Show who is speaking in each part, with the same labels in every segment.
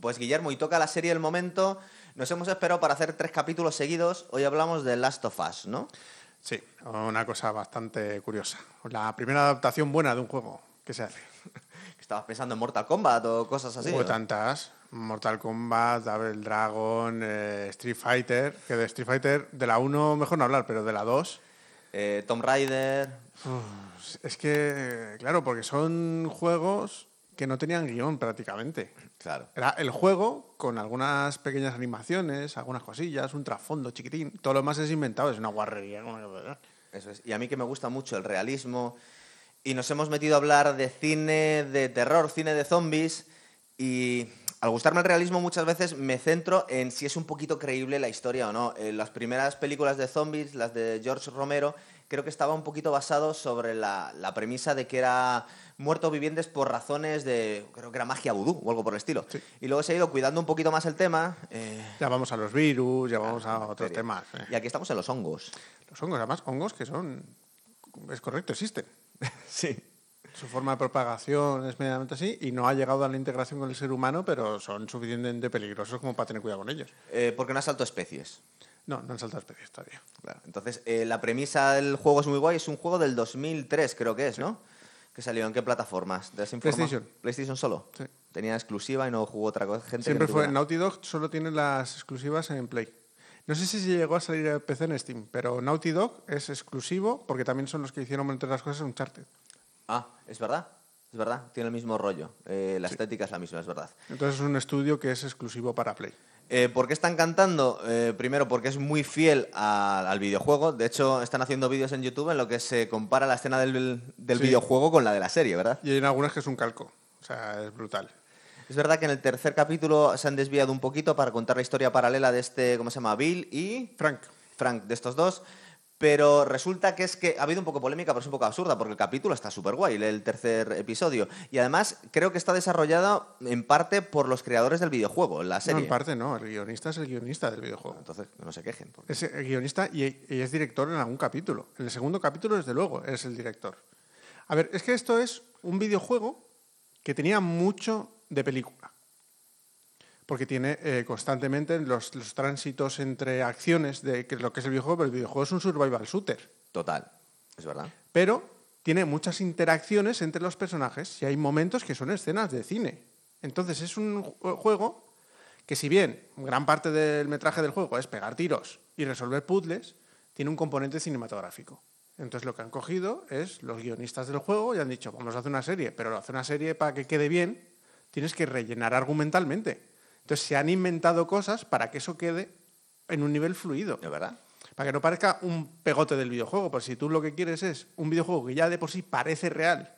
Speaker 1: pues Guillermo, y toca la serie del momento. Nos hemos esperado para hacer tres capítulos seguidos. Hoy hablamos de Last of Us, ¿no?
Speaker 2: Sí, una cosa bastante curiosa. La primera adaptación buena de un juego que se hace.
Speaker 1: Estabas pensando en Mortal Kombat o cosas así.
Speaker 2: Hubo
Speaker 1: ¿no?
Speaker 2: tantas. Mortal Kombat, Double Dragon, eh, Street Fighter. Que de Street Fighter, de la 1 mejor no hablar, pero de la 2.
Speaker 1: Eh, Tomb Raider.
Speaker 2: pues, Es que, claro, porque son juegos que no tenían guión prácticamente.
Speaker 1: Claro.
Speaker 2: Era el juego con algunas pequeñas animaciones, algunas cosillas, un trasfondo chiquitín. Todo lo más es inventado, es una guarrería.
Speaker 1: Eso es. Y a mí que me gusta mucho el realismo. Y nos hemos metido a hablar de cine de terror, cine de zombies. Y al gustarme el realismo muchas veces me centro en si es un poquito creíble la historia o no. En las primeras películas de zombies, las de George Romero, creo que estaba un poquito basado sobre la, la premisa de que era muertos vivientes por razones de, creo que era magia vudú o algo por el estilo. Y luego se ha ido cuidando un poquito más el tema. eh,
Speaker 2: Ya vamos a los virus, ya vamos a otros
Speaker 1: bacterias.
Speaker 2: temas. eh.
Speaker 1: Y aquí estamos en los hongos.
Speaker 2: Los hongos, además, hongos que son. Es correcto, existen.
Speaker 1: Sí.
Speaker 2: Su forma de propagación es medianamente así y no ha llegado a la integración con el ser humano, pero son suficientemente peligrosos como para tener cuidado con ellos.
Speaker 1: eh, porque no asalto especies.
Speaker 2: No, no han saltado especies todavía.
Speaker 1: Claro. Entonces, eh, la premisa del juego es muy guay. Es un juego del 2003, creo que es, ¿no? Que salió en qué plataformas? ¿Te has informado?
Speaker 2: PlayStation.
Speaker 1: PlayStation solo.
Speaker 2: Sí.
Speaker 1: Tenía exclusiva y no jugó otra cosa. Gente que
Speaker 2: Siempre
Speaker 1: no
Speaker 2: fue.
Speaker 1: tuviera.
Speaker 2: Naughty Dog solo tiene las exclusivas en Play. No sé si llegó a salir a PC en Steam, pero Naughty Dog es exclusivo porque también son los que hicieron, entre otras cosas, Uncharted.
Speaker 1: Ah, es verdad. Es verdad. Tiene el mismo rollo. Eh, la estética es la misma, es verdad.
Speaker 2: Entonces es un estudio que es exclusivo para Play.
Speaker 1: Eh, ¿Por qué están cantando? Eh, primero, porque es muy fiel a- al videojuego. De hecho, están haciendo vídeos en YouTube en lo que se compara la escena del, del
Speaker 2: Sí.
Speaker 1: videojuego con la de la serie, ¿verdad?
Speaker 2: Y hay en algunas que es un calco. O sea, es brutal.
Speaker 1: Es verdad que en el tercer capítulo se han desviado un poquito para contar la historia paralela de este, ¿cómo se llama? Bill y
Speaker 2: Frank,
Speaker 1: Frank, de estos dos. Pero resulta que es que ha habido un poco polémica, pero es un poco absurda, porque el capítulo está súper guay, el tercer episodio. Y además creo que está desarrollado en parte por los creadores del videojuego, la
Speaker 2: no,
Speaker 1: serie.
Speaker 2: en parte no. El guionista es el guionista del videojuego.
Speaker 1: Entonces, no se quejen. porque-
Speaker 2: Es el guionista y, y es director en algún capítulo. En el segundo capítulo, desde luego, es el director. A ver, es que esto es un videojuego que tenía mucho de película. Porque tiene eh, constantemente los, los tránsitos entre acciones de que- lo que es el videojuego, pero el videojuego es un survival shooter.
Speaker 1: Total, es verdad.
Speaker 2: Pero tiene muchas interacciones entre los personajes y hay momentos que son escenas de cine. Entonces es un ju- eh, juego que si bien gran parte del metraje del juego es pegar tiros y resolver puzzles, tiene un componente cinematográfico. Entonces lo que han cogido es los guionistas del juego y han dicho, vamos a hacer una serie, pero hacer una serie para que quede bien, tienes que rellenar argumentalmente. Entonces se han inventado cosas para que eso quede en un nivel fluido.
Speaker 1: Es verdad.
Speaker 2: Para que no parezca un pegote del videojuego, pues si tú lo que quieres es un videojuego que ya de por sí parece real,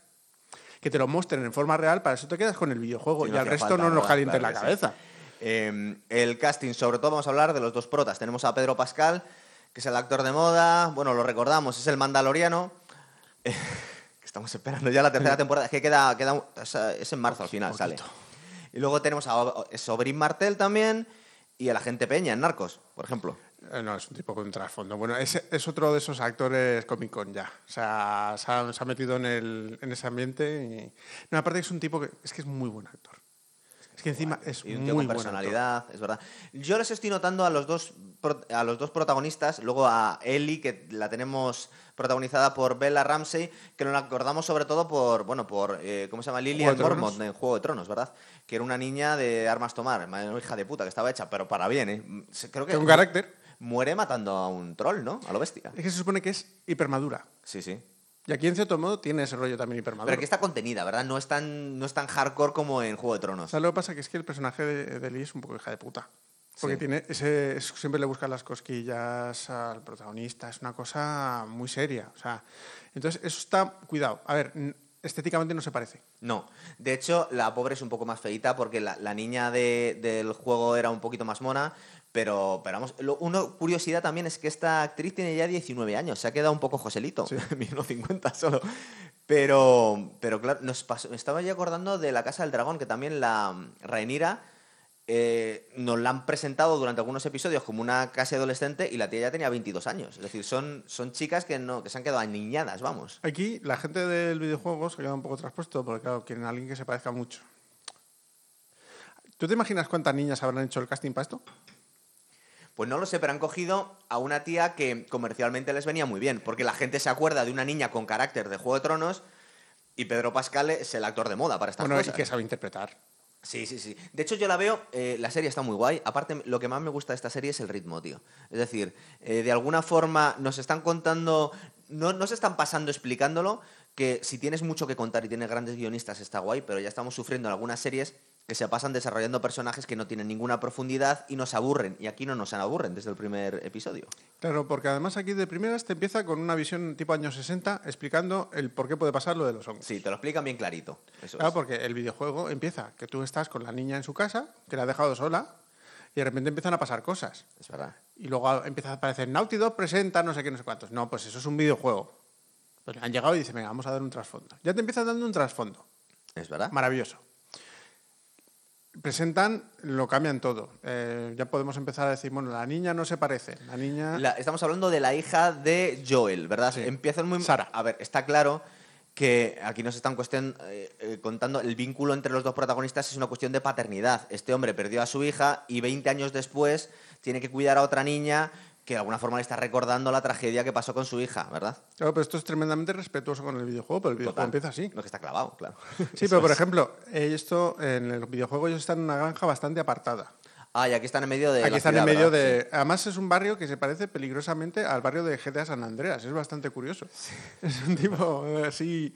Speaker 2: que te lo muestren en forma real, para eso te quedas con el videojuego
Speaker 1: Sí,
Speaker 2: y
Speaker 1: no
Speaker 2: al
Speaker 1: hacía
Speaker 2: resto
Speaker 1: falta,
Speaker 2: no nos
Speaker 1: ¿verdad?
Speaker 2: calientes
Speaker 1: Claro
Speaker 2: la
Speaker 1: que sí.
Speaker 2: cabeza.
Speaker 1: Eh, el casting, sobre todo vamos a hablar de los dos protas. Tenemos a Pedro Pascal, que es el actor de moda, bueno, lo recordamos, es el mandaloriano. Eh, que Estamos esperando ya la tercera temporada, es que queda, queda un- o sea, es en marzo al final, sale. Y luego tenemos a O- O- Sobrin Martel también y a la gente Peña en Narcos, por ejemplo.
Speaker 2: Eh, No, es un tipo con trasfondo. Bueno, es, es otro de esos actores Comic Con ya. O sea, se ha, se ha metido en, el- en ese ambiente. y- No, aparte es un tipo que es que es muy buen actor. Es que encima es
Speaker 1: y
Speaker 2: muy
Speaker 1: un tío con
Speaker 2: buen actor.
Speaker 1: personalidad, es verdad. Yo les estoy notando a los dos pro- a los dos protagonistas, luego a Ellie que la tenemos protagonizada por Bella Ramsey, que nos la acordamos sobre todo por, bueno, por eh, ¿cómo se llama? Lillian
Speaker 2: de Tronos.
Speaker 1: Mormont en Juego de Tronos, ¿verdad? Que era una niña de armas tomar, ma- hija de puta que estaba hecha, pero para bien, ¿eh? Se- Creo que
Speaker 2: Tiene un carácter.
Speaker 1: muere matando a un troll, ¿no? A lo bestia.
Speaker 2: Es que se supone que es hipermadura.
Speaker 1: Sí, sí.
Speaker 2: Y aquí, en cierto modo, tiene ese rollo también hipermaduro.
Speaker 1: Pero que está contenida, ¿verdad? No es tan no es tan hardcore como en Juego de Tronos.
Speaker 2: ¿Sabes lo que pasa? Que es que el personaje de, de Lee es un poco hija de puta. Porque
Speaker 1: Sí.
Speaker 2: tiene ese, es- siempre le busca las cosquillas al protagonista. Es una cosa muy seria. O sea, entonces, eso está... Cuidado. A ver, n- estéticamente no se parece.
Speaker 1: No. De hecho, la pobre es un poco más feita porque la, la niña de- del juego era un poquito más mona. Pero, pero vamos, lo, una curiosidad también es que esta actriz tiene ya 19 años, se ha quedado un poco Joselito,
Speaker 2: Sí.
Speaker 1: 50 solo. Pero, pero claro, nos pasó- me estaba yo acordando de La Casa del Dragón, que también la mm, Rhaenyra eh, nos la han presentado durante algunos episodios como una casi adolescente y la tía ya tenía 22 años. Es decir, son, son chicas que, no, que se han quedado aniñadas, vamos.
Speaker 2: Aquí la gente del videojuego se ha quedado un poco traspuesto porque, claro, quieren a alguien que se parezca mucho. ¿Tú te imaginas cuántas niñas habrán hecho el casting para esto?
Speaker 1: Pues no lo sé, pero han cogido a una tía que comercialmente les venía muy bien, porque la gente se acuerda de una niña con carácter de Juego de Tronos y Pedro Pascal es el actor de moda para estas
Speaker 2: bueno,
Speaker 1: cosas.
Speaker 2: y que sabe interpretar.
Speaker 1: Sí, sí, sí. De hecho, yo la veo, eh, la serie está muy guay. Aparte, lo que más me gusta de esta serie es el ritmo, tío. Es decir, eh, de alguna forma nos están contando, no, no se están pasando explicándolo, que si tienes mucho que contar y tienes grandes guionistas está guay, pero ya estamos sufriendo en algunas series que se pasan desarrollando personajes que no tienen ninguna profundidad y nos aburren. Y aquí no nos aburren desde el primer episodio.
Speaker 2: Claro, porque además aquí de primeras te empieza con una visión tipo años 60 explicando el por qué puede pasar lo de los hongos.
Speaker 1: Sí, te lo explican bien clarito. Eso
Speaker 2: Claro,
Speaker 1: es.
Speaker 2: porque el videojuego empieza que tú estás con la niña en su casa, que la ha dejado sola, y de repente empiezan a pasar cosas.
Speaker 1: es verdad.
Speaker 2: Y luego a- empieza a aparecer Naughty Dog presenta no sé qué, no sé cuántos. No, pues eso es un videojuego. Pues han llegado y dicen, venga, vamos a dar un trasfondo. Ya te empiezan dando un trasfondo.
Speaker 1: Es verdad.
Speaker 2: Maravilloso. Presentan, lo cambian todo. Eh, ya podemos empezar a decir, bueno, la niña no se parece. La niña...
Speaker 1: La- estamos hablando de la hija de Joel, ¿verdad?
Speaker 2: Ah. Sí.
Speaker 1: Empiezan muy...
Speaker 2: Sara.
Speaker 1: A ver, está claro que aquí nos están cuestión, eh, eh, contando el vínculo entre los dos protagonistas es una cuestión de paternidad. Este hombre perdió a su hija y 20 años después tiene que cuidar a otra niña que de alguna forma le está recordando la tragedia que pasó con su hija, ¿verdad?
Speaker 2: Claro, pero esto es tremendamente respetuoso con el videojuego, pero el videojuego
Speaker 1: Total.
Speaker 2: empieza así.
Speaker 1: Lo que está clavado, claro.
Speaker 2: Sí, pero por ejemplo, eh, esto en el videojuego ellos están en una granja bastante apartada.
Speaker 1: Ah, y aquí están en medio de...
Speaker 2: Aquí
Speaker 1: la
Speaker 2: están en
Speaker 1: ciudad,
Speaker 2: medio
Speaker 1: ¿verdad?
Speaker 2: de. Además, es un barrio que se parece peligrosamente al barrio de GTA San Andreas. Es bastante curioso. Es un tipo eh, así.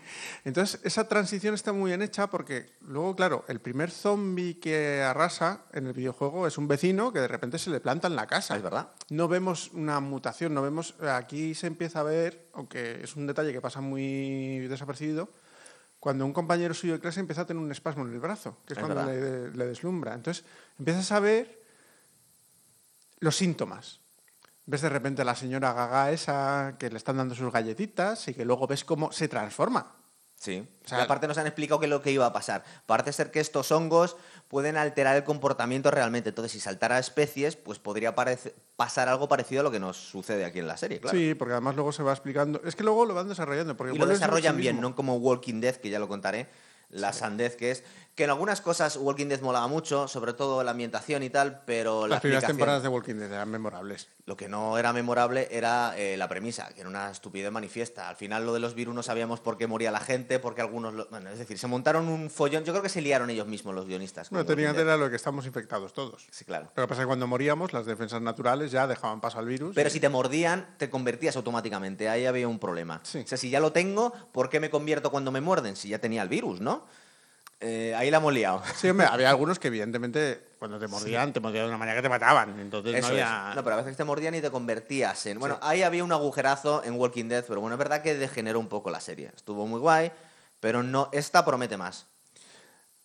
Speaker 2: Entonces, esa transición está muy bien hecha porque luego, claro, el primer zombie que arrasa en el videojuego es un vecino que de repente se le planta en la
Speaker 1: Sí.
Speaker 2: casa.
Speaker 1: Es verdad.
Speaker 2: No vemos una mutación, no vemos. Aquí se empieza a ver, aunque es un detalle que pasa muy desapercibido, cuando un compañero suyo de clase empieza a tener un espasmo en el brazo, que es,
Speaker 1: Es
Speaker 2: cuando le, le deslumbra. Entonces empiezas a ver los síntomas. Ves de repente a la señora gaga esa que le están dando sus galletitas y que luego ves cómo se transforma.
Speaker 1: Sí.
Speaker 2: O sea,
Speaker 1: Y aparte nos han explicado qué es lo que iba a pasar. Parece ser que estos hongos pueden alterar el comportamiento realmente. Entonces, si saltara especies, pues podría parec- pasar algo parecido a lo que nos sucede aquí en la serie, claro.
Speaker 2: Sí, porque además luego se va explicando. Es que luego lo van desarrollando. Porque
Speaker 1: y lo
Speaker 2: igual es
Speaker 1: desarrollan
Speaker 2: sí
Speaker 1: bien,
Speaker 2: mismo.
Speaker 1: no como Walking Dead, que ya lo contaré, la sandez que es. Que en algunas cosas Walking Dead molaba mucho, sobre todo la ambientación y tal, pero la
Speaker 2: Las primeras
Speaker 1: explicación-
Speaker 2: temporadas de Walking Dead eran memorables.
Speaker 1: Lo que no era memorable era eh, la premisa, que era una estupidez manifiesta. Al final lo de los virus no sabíamos por qué moría la gente, porque algunos... lo- Bueno, es decir, se montaron un follón. Yo creo que se liaron ellos mismos los guionistas. con
Speaker 2: No, tenían
Speaker 1: Walking Dead.
Speaker 2: era lo que estamos infectados todos.
Speaker 1: Sí, claro.
Speaker 2: Lo que pasa es que cuando moríamos, las defensas naturales ya dejaban paso al virus.
Speaker 1: Pero si te mordían, te convertías automáticamente. Ahí había un problema.
Speaker 2: Sí.
Speaker 1: O sea, si ya lo tengo, ¿por qué me convierto cuando me muerden? Si ya tenía el virus, ¿no? Eh, ahí la hemos liado.
Speaker 2: Sí, hombre, había algunos que evidentemente cuando te mordían, te mordían de una manera que te mataban. Entonces
Speaker 1: Eso
Speaker 2: no había...
Speaker 1: es. No, pero a veces te mordían y te convertías en. Bueno, ahí había un agujerazo en Walking Dead, pero bueno, es verdad que degeneró un poco la serie. Estuvo muy guay, pero no. Esta promete más.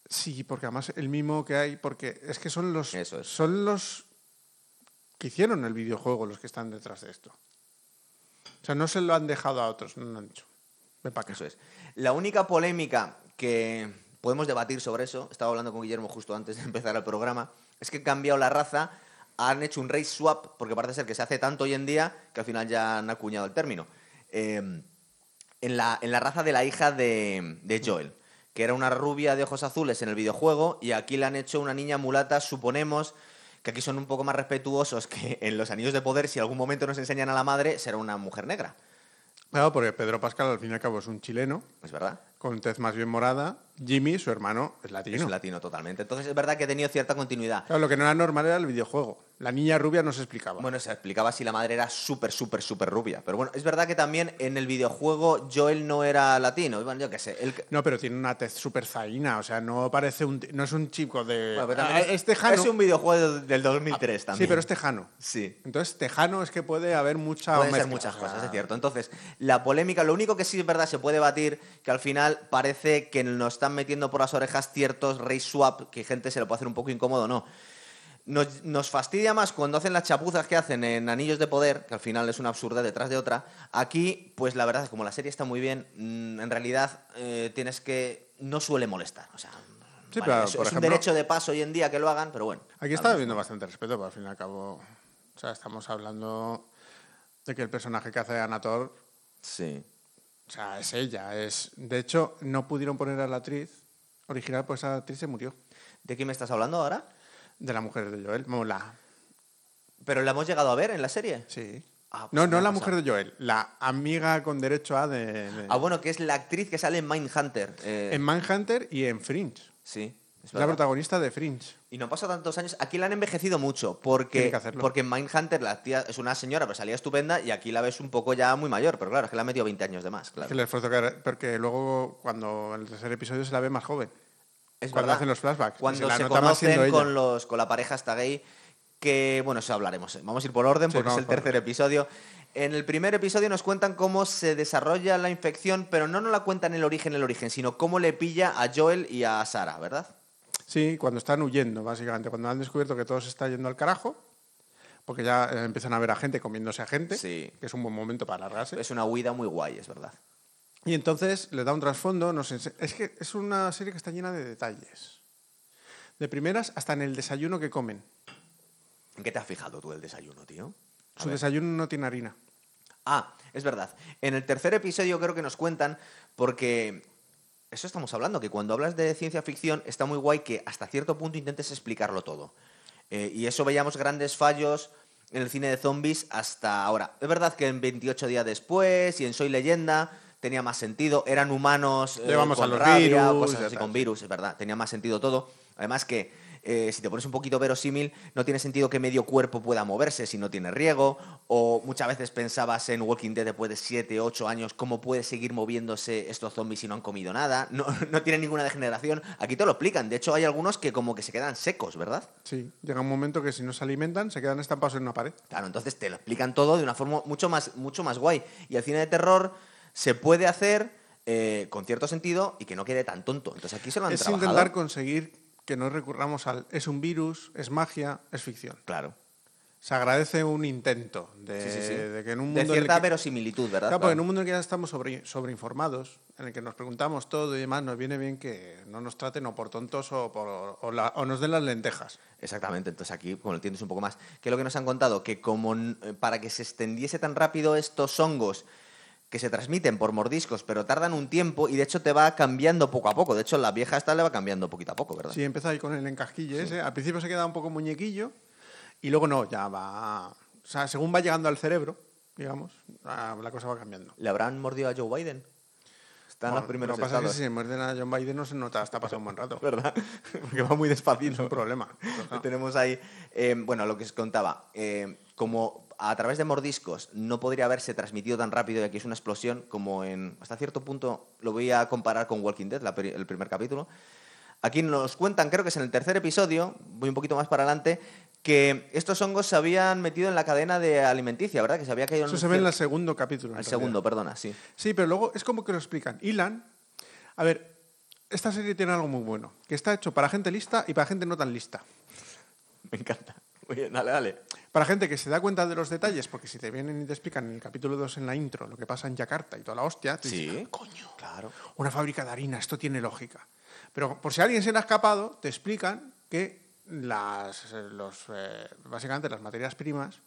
Speaker 2: Sí, porque además el mimo que hay, porque es que son los,
Speaker 1: Eso es.
Speaker 2: son los que hicieron el videojuego los que están detrás de esto. O sea, no se lo han dejado a otros, no lo han dicho. Ven para acá.
Speaker 1: Eso es. La única polémica que podemos debatir sobre eso, estaba hablando con Guillermo justo antes de empezar el programa, es que han cambiado la raza, han hecho un race swap, porque parece ser que se hace tanto hoy en día que al final ya han acuñado el término. Eh, en, la, en la raza de la hija de, de Joel, que era una rubia de ojos azules en el videojuego, y aquí la han hecho una niña mulata, suponemos que aquí son un poco más respetuosos que en los anillos de poder, si algún momento nos enseñan a la madre, será una mujer negra.
Speaker 2: Claro, porque Pedro Pascal al fin y al cabo es un chileno,
Speaker 1: ¿Es Pues verdad?
Speaker 2: con tez más bien morada. Jimmy, su hermano, es latino.
Speaker 1: Es latino totalmente. Entonces es verdad que ha tenido cierta continuidad.
Speaker 2: Claro, lo que no era normal era el videojuego. La niña rubia no se explicaba.
Speaker 1: Bueno, se explicaba si la madre era súper, súper, súper rubia. Pero bueno, es verdad que también en el videojuego Joel no era latino. Bueno, yo qué sé. él-
Speaker 2: No, pero tiene una tez súper zaina, o sea, no parece un ti- no es un chico de
Speaker 1: Bueno, pero
Speaker 2: Ah,
Speaker 1: también
Speaker 2: es, tejano.
Speaker 1: es un videojuego del 2003 también.
Speaker 2: Sí, pero este es tejano.
Speaker 1: Sí.
Speaker 2: Entonces, tejano es que puede haber mucha
Speaker 1: Pueden ser
Speaker 2: mezcla,
Speaker 1: muchas
Speaker 2: o sea,
Speaker 1: cosas, es cierto. Entonces, la polémica, lo único que sí es verdad, se puede batir, que al final parece que nos están metiendo por las orejas ciertos race swap, que gente se lo puede hacer un poco incómodo, no. Nos, nos fastidia más cuando hacen las chapuzas que hacen en Anillos de Poder, que al final es una absurda detrás de otra. Aquí, pues la verdad es que como la serie está muy bien, mm, en realidad eh, tienes que... no suele molestar. O sea,
Speaker 2: Sí, pero,
Speaker 1: es,
Speaker 2: por
Speaker 1: es un
Speaker 2: ejemplo-
Speaker 1: derecho de paso hoy en día que lo hagan, pero bueno.
Speaker 2: Aquí está habiendo bastante respeto, pero al fin y al cabo, o sea, estamos hablando de que el personaje que hace Anator,
Speaker 1: Sí.
Speaker 2: o sea, es ella, es de hecho no pudieron poner a la actriz original, pues esa actriz se murió.
Speaker 1: ¿De quién me estás hablando ahora?
Speaker 2: De la mujer de Joel, mola.
Speaker 1: ¿Pero la hemos llegado a ver en la serie?
Speaker 2: Sí.
Speaker 1: Ah, pues
Speaker 2: no,
Speaker 1: me
Speaker 2: no
Speaker 1: ha
Speaker 2: la
Speaker 1: pasado.
Speaker 2: mujer de Joel, la amiga con derecho a de. de-
Speaker 1: Ah, bueno, que es la actriz que sale en Mindhunter. eh,
Speaker 2: En Manhunter y en Fringe.
Speaker 1: Sí, es
Speaker 2: Es Em, la
Speaker 1: verdad.
Speaker 2: protagonista de Fringe.
Speaker 1: Y no pasa tantos años. Aquí la han envejecido mucho, porque,
Speaker 2: Tienen que hacerlo.
Speaker 1: porque en Mindhunter la tía es una señora, pero salía estupenda, y aquí la ves un poco ya muy mayor, pero claro, es que la ha metido 20 años de más, claro.
Speaker 2: Que el esfuerzo que- porque luego cuando en el tercer episodio se la ve más joven.
Speaker 1: Es
Speaker 2: cuando
Speaker 1: verdad.
Speaker 2: hacen los flashbacks,
Speaker 1: Cuando
Speaker 2: se la
Speaker 1: se,
Speaker 2: nota más siendo
Speaker 1: conocen
Speaker 2: ella.
Speaker 1: con, los, con la pareja hasta gay, que bueno, eso hablaremos. ¿eh? Vamos a ir por orden
Speaker 2: Sí,
Speaker 1: porque es
Speaker 2: vamos
Speaker 1: el
Speaker 2: por
Speaker 1: tercer episodio. En el primer episodio nos cuentan cómo se desarrolla la infección, pero no nos la cuentan el origen, el origen, sino cómo le pilla a Joel y a Sara, ¿verdad?
Speaker 2: Sí, cuando están huyendo, básicamente, cuando han descubierto que todo se está yendo al carajo, porque ya eh, empiezan a ver a gente comiéndose a gente,
Speaker 1: Sí. Pues
Speaker 2: que es un buen momento para alargarse.
Speaker 1: Es una huida muy guay, es verdad.
Speaker 2: Y entonces le da un trasfondo, nos ense- es que es una serie que está llena de detalles. De primeras, hasta en el desayuno que comen.
Speaker 1: ¿En qué te has fijado tú el desayuno, tío? A
Speaker 2: Su
Speaker 1: ver.
Speaker 2: desayuno no tiene harina.
Speaker 1: Ah, es verdad. En el tercer episodio creo que nos cuentan, porque eso estamos hablando, que cuando hablas de ciencia ficción está muy guay que hasta cierto punto intentes explicarlo todo. Eh, y eso veíamos grandes fallos en el cine de zombies hasta ahora. Es verdad que en 28 días después y en Soy Leyenda tenía más sentido, eran humanos eh,
Speaker 2: Llevamos
Speaker 1: con
Speaker 2: a los
Speaker 1: rabia,
Speaker 2: virus,
Speaker 1: cosas
Speaker 2: ya
Speaker 1: así
Speaker 2: tal,
Speaker 1: con
Speaker 2: sí.
Speaker 1: virus, es verdad, tenía más sentido todo. Además que eh, si te pones un poquito verosímil, no tiene sentido que medio cuerpo pueda moverse si no tiene riego, o muchas veces pensabas en Walking Dead después de 7, 8 años, cómo puede seguir moviéndose estos zombies si no han comido nada, no, no tienen ninguna degeneración, aquí te lo explican, de hecho hay algunos que como que se quedan secos, ¿verdad?
Speaker 2: Sí, llega un momento que si no se alimentan, se quedan estampados en una pared.
Speaker 1: Claro, entonces te lo explican todo de una forma mucho más, mucho más guay. Y el cine de terror se puede hacer eh, con cierto sentido y que no quede tan tonto. Entonces aquí se lo han
Speaker 2: es
Speaker 1: trabajado.
Speaker 2: intentar conseguir que no recurramos al es un virus, es magia, es ficción.
Speaker 1: Claro.
Speaker 2: Se agradece un intento de,
Speaker 1: Sí, sí, sí.
Speaker 2: de que en un
Speaker 1: De
Speaker 2: mundo en el
Speaker 1: cierta
Speaker 2: que-
Speaker 1: verosimilitud, ¿verdad?
Speaker 2: Claro, porque en
Speaker 1: Claro.
Speaker 2: un mundo en el que ya estamos sobre, sobreinformados, en el que nos preguntamos todo y demás, nos viene bien que no nos traten o por tontos o, por- o la- o nos den las lentejas.
Speaker 1: Exactamente, entonces aquí como lo entiendes un poco más. ¿Qué es lo que nos han contado? Que como n- eh, para que se extendiese tan rápido estos hongos que se transmiten por mordiscos, pero tardan un tiempo y de hecho te va cambiando poco a poco. De hecho, la vieja esta le va cambiando poquito a poco, ¿verdad?
Speaker 2: Sí, empieza ahí con el encasquille ese. Al principio se queda un poco muñequillo y luego no, ya va. O sea, según va llegando al cerebro, digamos, ah, la cosa va cambiando.
Speaker 1: ¿Le habrán mordido a Joe Biden? Están
Speaker 2: Bueno,
Speaker 1: los primeros
Speaker 2: Lo que pasa es
Speaker 1: estados.
Speaker 2: que si se muerden a John Biden no se nota hasta pasado un buen rato.
Speaker 1: ¿verdad? Porque va muy
Speaker 2: Es un
Speaker 1: despacito.
Speaker 2: problema.
Speaker 1: Tenemos ahí, eh, bueno, lo que os contaba, eh, como a través de mordiscos no podría haberse transmitido tan rápido y aquí es una explosión, como en, hasta cierto punto lo voy a comparar con Walking Dead, la peri- el primer capítulo. Aquí nos cuentan, creo que es en el tercer episodio, voy un poquito más para adelante, que estos hongos se habían metido en la cadena de alimenticia, ¿verdad? Que se había caído en
Speaker 2: Eso
Speaker 1: un
Speaker 2: se ve en
Speaker 1: cier-
Speaker 2: el segundo capítulo. en
Speaker 1: al
Speaker 2: realidad.
Speaker 1: segundo, perdona, sí.
Speaker 2: Sí, pero luego es como que lo explican. Ilan, a ver, esta serie tiene algo muy bueno, que está hecho para gente lista y para gente no tan lista.
Speaker 1: Me encanta. Muy bien, dale, dale.
Speaker 2: Para gente que se da cuenta de los detalles, porque si te vienen y te explican en el capítulo 2 en la intro lo que pasa en Yakarta y toda la hostia, tú dices,
Speaker 1: Sí.
Speaker 2: "Ah, coño,
Speaker 1: Claro.
Speaker 2: una fábrica de harina, esto tiene lógica. Pero por si a alguien se le ha escapado, te explican que las, eh, los, eh, básicamente las materias primas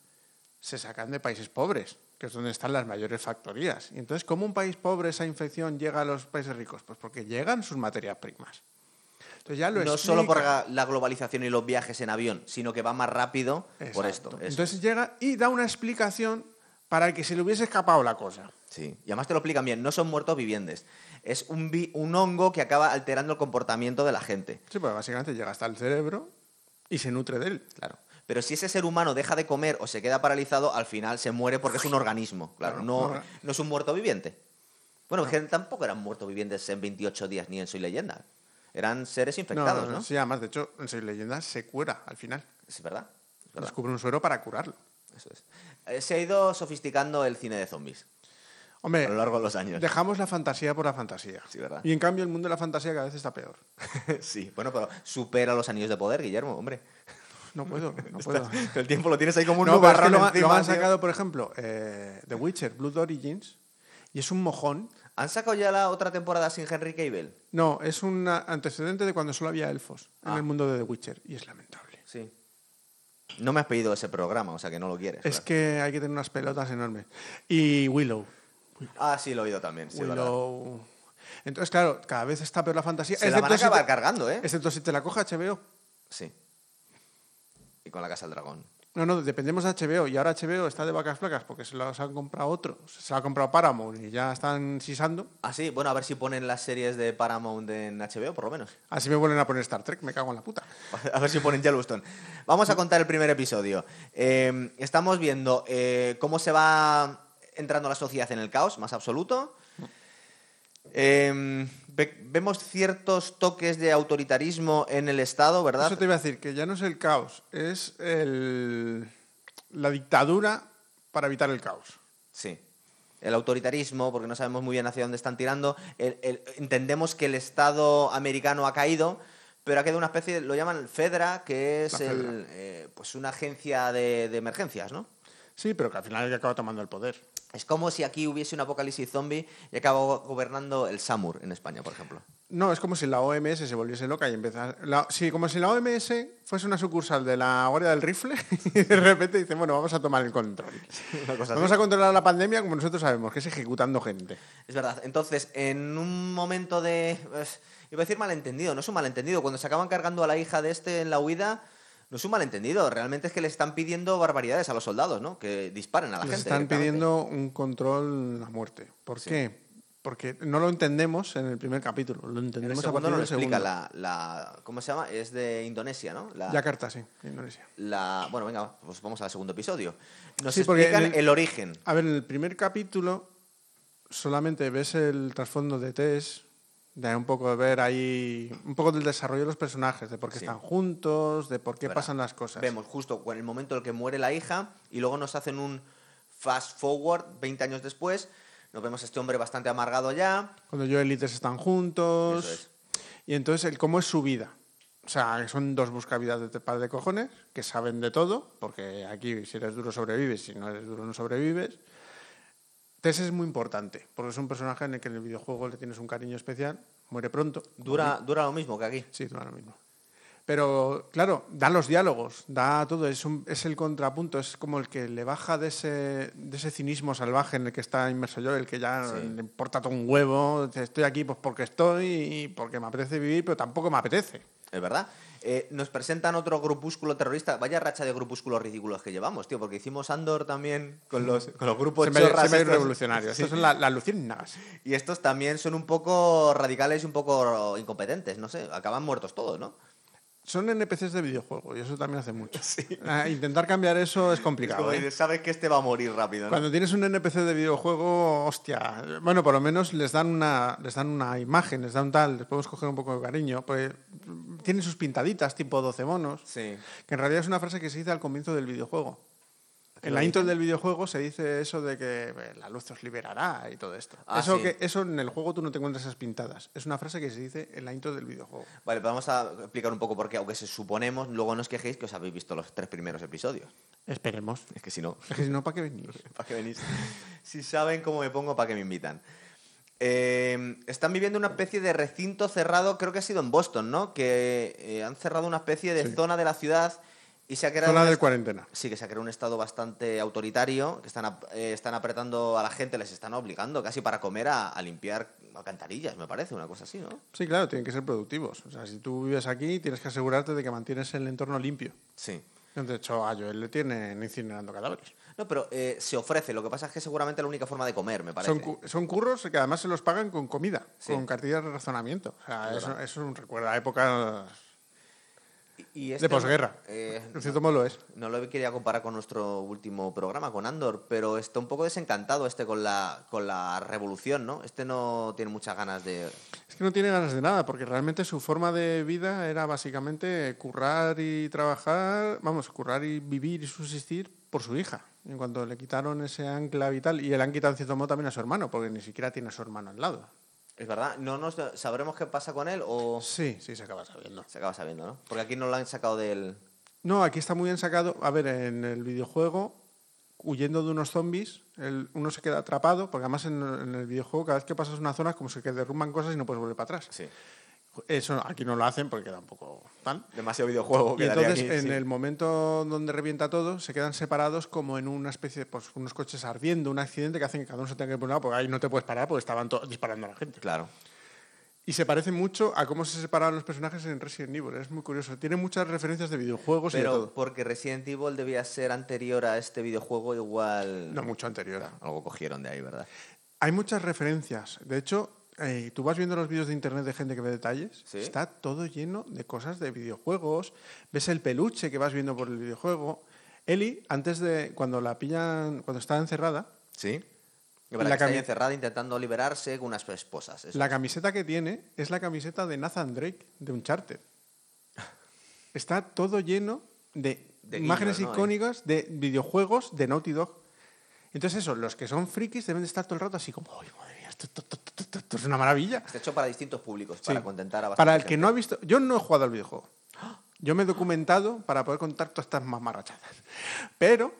Speaker 2: se sacan de países pobres, que es donde están las mayores factorías. Y entonces, ¿cómo un país pobre esa infección llega a los países ricos? Pues porque llegan sus materias primas. Entonces ya lo
Speaker 1: no solo por
Speaker 2: explican.
Speaker 1: la la globalización y los viajes en avión, sino que va más rápido por esto.
Speaker 2: Exacto.
Speaker 1: Eso es.
Speaker 2: Entonces llega y da una explicación para el que se le hubiese escapado la cosa.
Speaker 1: Sí. Y además te lo explican bien, no son muertos vivientes. Es un, vi- un hongo que acaba alterando el comportamiento de la gente.
Speaker 2: Sí, pues básicamente llega hasta el cerebro y se nutre de él.
Speaker 1: Claro. Pero si ese ser humano deja de comer o se queda paralizado, al final se muere porque es un organismo. Claro,
Speaker 2: Claro,
Speaker 1: no,
Speaker 2: orga-
Speaker 1: no es un muerto viviente. Bueno, que tampoco eran muertos vivientes en 28 días ni en Soy Leyenda. Eran seres infectados, ¿no?
Speaker 2: Sí, además, de hecho, en Soy Leyenda se cura al final.
Speaker 1: Es verdad. Es verdad.
Speaker 2: Descubre un suero para curarlo.
Speaker 1: Eso es. Eh, se ha ido sofisticando el cine de zombies a
Speaker 2: Hombre,
Speaker 1: lo largo de los años.
Speaker 2: dejamos la fantasía por la fantasía.
Speaker 1: Sí, ¿verdad?
Speaker 2: Y en cambio, el mundo de la fantasía cada vez está peor.
Speaker 1: Sí, bueno, pero supera los anillos de poder, Guillermo, hombre.
Speaker 2: No puedo, no puedo.
Speaker 1: El tiempo lo tienes ahí como un
Speaker 2: No, pero es que
Speaker 1: nubarrón
Speaker 2: lo, ha- lo
Speaker 1: encima,
Speaker 2: han
Speaker 1: tío.
Speaker 2: sacado, por ejemplo, eh, The Witcher, Blood Origins, y es un mojón.
Speaker 1: ¿Han sacado ya la otra temporada sin Henry Cable?
Speaker 2: No, es un antecedente de cuando solo había elfos en
Speaker 1: Ah.
Speaker 2: el mundo de The Witcher, y es lamentable.
Speaker 1: Sí. No me has pedido ese programa, o sea que no lo quieres.
Speaker 2: Es
Speaker 1: claro.
Speaker 2: que hay que tener unas pelotas enormes. Y Willow.
Speaker 1: Ah, sí, lo he oído también. sí, es verdad.
Speaker 2: Willow. Entonces, claro, cada vez está peor la fantasía.
Speaker 1: Se la van a
Speaker 2: excepto si
Speaker 1: acabar
Speaker 2: te-
Speaker 1: cargando, ¿eh?
Speaker 2: Excepto si te la coge HBO.
Speaker 1: Sí. Y con la Casa del Dragón.
Speaker 2: No, no, dependemos de HBO y ahora HBO está de vacas flacas porque se los han comprado otros. Se la ha comprado Paramount y ya están sisando.
Speaker 1: Ah, sí, bueno, a ver si ponen las series de Paramount en HBO, por lo menos.
Speaker 2: Así me vuelven a poner Star Trek, me cago en la puta.
Speaker 1: A ver si ponen Yellowstone. Vamos a contar el primer episodio. Eh, estamos viendo eh, cómo se va entrando la sociedad en el caos más absoluto. Eh, ve- vemos ciertos toques de autoritarismo en el Estado, ¿verdad?
Speaker 2: Eso te iba a decir, que ya no es el caos, es el- la dictadura para evitar el caos.
Speaker 1: Sí. El autoritarismo, porque no sabemos muy bien hacia dónde están tirando. El- el- entendemos que el Estado americano ha caído, pero ha quedado una especie, lo llaman FEDRA, que es
Speaker 2: La FEDRA.
Speaker 1: el, eh, pues una agencia de, de emergencias, ¿no?
Speaker 2: Sí, pero que al final el que acaba tomando el poder.
Speaker 1: Es como si aquí hubiese un apocalipsis zombie y acaba go- gobernando el SAMUR en España, por ejemplo.
Speaker 2: No, es como si la OMS se volviese loca y empezara... la- sí, como si la OMS fuese una sucursal de la Guardia del Rifle y de repente dicen, bueno, vamos a tomar el control.
Speaker 1: Una cosa así.
Speaker 2: Vamos a controlar la pandemia como nosotros sabemos, que es ejecutando gente.
Speaker 1: Es verdad. Entonces, en un momento de. eh, iba a decir malentendido, no es un malentendido. Cuando se acaban cargando a la hija de este en la huida, no es un malentendido. Realmente es que le están pidiendo barbaridades a los soldados, ¿no? Que disparen a la
Speaker 2: Les
Speaker 1: gente. "Ah,
Speaker 2: están
Speaker 1: directamente.
Speaker 2: pidiendo un control a muerte. ¿Por qué? Porque no lo entendemos en el primer capítulo, lo
Speaker 1: En el
Speaker 2: entendemos a
Speaker 1: segundo
Speaker 2: partir
Speaker 1: no lo
Speaker 2: del
Speaker 1: explica.
Speaker 2: segundo.
Speaker 1: La, la- ¿Cómo se llama? Es de Indonesia, ¿no? La,
Speaker 2: Yakarta, sí, Indonesia.
Speaker 1: la- bueno, venga, pues vamos al segundo episodio. Nos
Speaker 2: Sí, porque en
Speaker 1: explican el...
Speaker 2: el-
Speaker 1: origen.
Speaker 2: A ver, en el primer capítulo solamente ves el trasfondo de Tess, de un poco de ver ahí, un poco del desarrollo de los personajes, de por qué
Speaker 1: Sí.
Speaker 2: están juntos, de por qué
Speaker 1: ¿verdad?
Speaker 2: pasan las cosas.
Speaker 1: Vemos justo con el momento en el que muere la hija y luego nos hacen un fast forward 20 años después. Nos vemos a este hombre bastante amargado ya.
Speaker 2: Cuando yo y Tess están juntos.
Speaker 1: Eso es.
Speaker 2: Y entonces el cómo es su vida. O sea, son dos buscavidas de te- par de cojones que saben de todo, porque aquí si eres duro sobrevives, si no eres duro no sobrevives. Tess es muy importante, porque es un personaje en el que en el videojuego le tienes un cariño especial, muere pronto.
Speaker 1: Dura, dura lo mismo que aquí.
Speaker 2: Sí, dura lo mismo. Pero claro, da los diálogos, da todo, es, un- es el contrapunto, es como el que le baja de ese, de ese cinismo salvaje en el que está inmerso yo, el que ya
Speaker 1: Sí.
Speaker 2: le importa todo un huevo, dice, estoy aquí pues porque estoy y porque me apetece vivir, pero tampoco me apetece.
Speaker 1: Es verdad. Eh, nos presentan otro grupúsculo terrorista. Vaya racha de grupúsculos ridículos que llevamos, tío, porque hicimos Andor también con los, con los grupos
Speaker 2: Se me, se
Speaker 1: chorras
Speaker 2: me ha ido
Speaker 1: estos.
Speaker 2: revolucionario,
Speaker 1: Pues Sí.
Speaker 2: estos son la- las luciérnagas.
Speaker 1: Y estos también son un poco radicales y un poco incompetentes, no sé. Acaban muertos todos, ¿no?
Speaker 2: Son NPCs de videojuego y eso también hace mucho. Ah, intentar cambiar eso es
Speaker 1: Es
Speaker 2: complicado.
Speaker 1: como
Speaker 2: ¿eh?
Speaker 1: dices, sabes que este va a morir rápido, ¿no?
Speaker 2: Cuando tienes un NPC de videojuego, hostia. Bueno, por lo menos les dan una, les dan una imagen, les dan un tal, les podemos coger un poco de cariño. Pues mm, tienen sus pintaditas, tipo 12 monos,
Speaker 1: Sí.
Speaker 2: que en realidad es una frase que se dice al comienzo del videojuego.
Speaker 1: lo
Speaker 2: En la intro
Speaker 1: dicen?
Speaker 2: del videojuego se dice eso de que eh, la luz os liberará y todo esto.
Speaker 1: Ah,
Speaker 2: eso,
Speaker 1: sí.
Speaker 2: que, eso en el juego tú no te encuentras esas pintadas. Es una frase que se dice en la intro del videojuego.
Speaker 1: Vale, vamos a explicar un poco por qué, aunque se suponemos, luego no os quejéis que os habéis visto los tres primeros episodios.
Speaker 2: Esperemos.
Speaker 1: Es que si no,
Speaker 2: Es que si no, ¿para qué venir?
Speaker 1: ¿para qué venís? Si saben cómo me pongo, ¿para qué me invitan? Eh, están viviendo una especie de recinto cerrado, creo que ha sido en Boston, ¿no? Que eh, han cerrado una especie de zona de la ciudad y se ha creado...
Speaker 2: Zona
Speaker 1: una
Speaker 2: de
Speaker 1: est-
Speaker 2: cuarentena.
Speaker 1: Sí, que se ha creado un estado bastante autoritario, que están, ap- eh, están apretando a la gente, les están obligando casi para comer a, a limpiar alcantarillas, me parece, una cosa así, ¿no?
Speaker 2: Sí, claro, tienen que ser productivos. O sea, si tú vives aquí, tienes que asegurarte de que mantienes el entorno limpio.
Speaker 1: Sí.
Speaker 2: De hecho, a Joel le tienen incinerando cadáveres.
Speaker 1: No, pero eh, se ofrece, lo que pasa es que seguramente es la única forma de comer, me parece.
Speaker 2: Son, cu- son curros que además se los pagan con comida,
Speaker 1: Sí.
Speaker 2: con cartillas de razonamiento. O sea,
Speaker 1: Es
Speaker 2: eso,
Speaker 1: verdad.
Speaker 2: eso recuerda a épocas
Speaker 1: Y- y
Speaker 2: de
Speaker 1: este-
Speaker 2: posguerra.
Speaker 1: eh,
Speaker 2: en cierto modo lo es.
Speaker 1: No lo quería comparar con nuestro último programa, con Andor, pero está un poco desencantado este con la, con la revolución, ¿no? Este no tiene muchas ganas de...
Speaker 2: Es que no tiene ganas de nada, porque realmente su forma de vida era básicamente currar y trabajar, vamos, currar y vivir y subsistir por su hija. En cuanto le quitaron ese ancla vital, y le han quitado en cierto modo también a su hermano, porque ni siquiera tiene a su hermano al lado.
Speaker 1: Es verdad, no nos sabremos qué pasa con él o
Speaker 2: Sí, sí, se acaba sabiendo.
Speaker 1: se acaba sabiendo, ¿no? Porque aquí no lo han sacado del...
Speaker 2: No, aquí está muy bien sacado. A ver, en el videojuego, huyendo de unos zombies, el- uno se queda atrapado, porque además en, en el videojuego cada vez que pasas una zona es como si que derrumban cosas y no puedes volver para atrás.
Speaker 1: Sí.
Speaker 2: Eso aquí no lo hacen porque queda un poco tal.
Speaker 1: Demasiado videojuego.
Speaker 2: Y entonces, en el momento donde revienta todo, se quedan separados como en una especie de pues, unos coches ardiendo, un accidente que hacen que cada uno se tenga que ir por un lado, porque ahí no te puedes parar porque estaban to- disparando a la gente.
Speaker 1: Claro.
Speaker 2: Y se parece mucho a cómo se separaban los personajes en Resident Evil. Es muy curioso. Tiene muchas referencias de videojuegos y de
Speaker 1: Pero
Speaker 2: todo.
Speaker 1: porque Resident Evil debía ser anterior a este videojuego, igual
Speaker 2: No mucho anterior.
Speaker 1: algo cogieron de ahí, ¿verdad?
Speaker 2: Hay muchas referencias. De hecho, eh, tú vas viendo los vídeos de internet de gente que ve detalles.
Speaker 1: Sí.
Speaker 2: Está todo lleno de cosas de videojuegos. Ves el peluche que vas viendo por el videojuego. Ellie, antes de. cuando la pillan. cuando está encerrada,
Speaker 1: Sí.
Speaker 2: La
Speaker 1: La
Speaker 2: cami-
Speaker 1: calle encerrada intentando liberarse con unas esposas. eso.
Speaker 2: la camiseta que tiene es la camiseta de Nathan Drake de Uncharted. Está todo lleno de,
Speaker 1: De
Speaker 2: imágenes
Speaker 1: guiños, ¿no?
Speaker 2: icónicas de videojuegos de Naughty Dog. Entonces, eso, los que son frikis deben de estar todo el rato así como, ¡ay, madre mía! Esto, esto- esto- esto- esto es una maravilla.
Speaker 1: Está hecho para distintos públicos,
Speaker 2: Sí.
Speaker 1: para contentar a bastante
Speaker 2: Para el que
Speaker 1: gente.
Speaker 2: no ha visto, yo no he jugado al videojuego. Yo me he documentado para poder contar todas estas mamarrachadas. Pero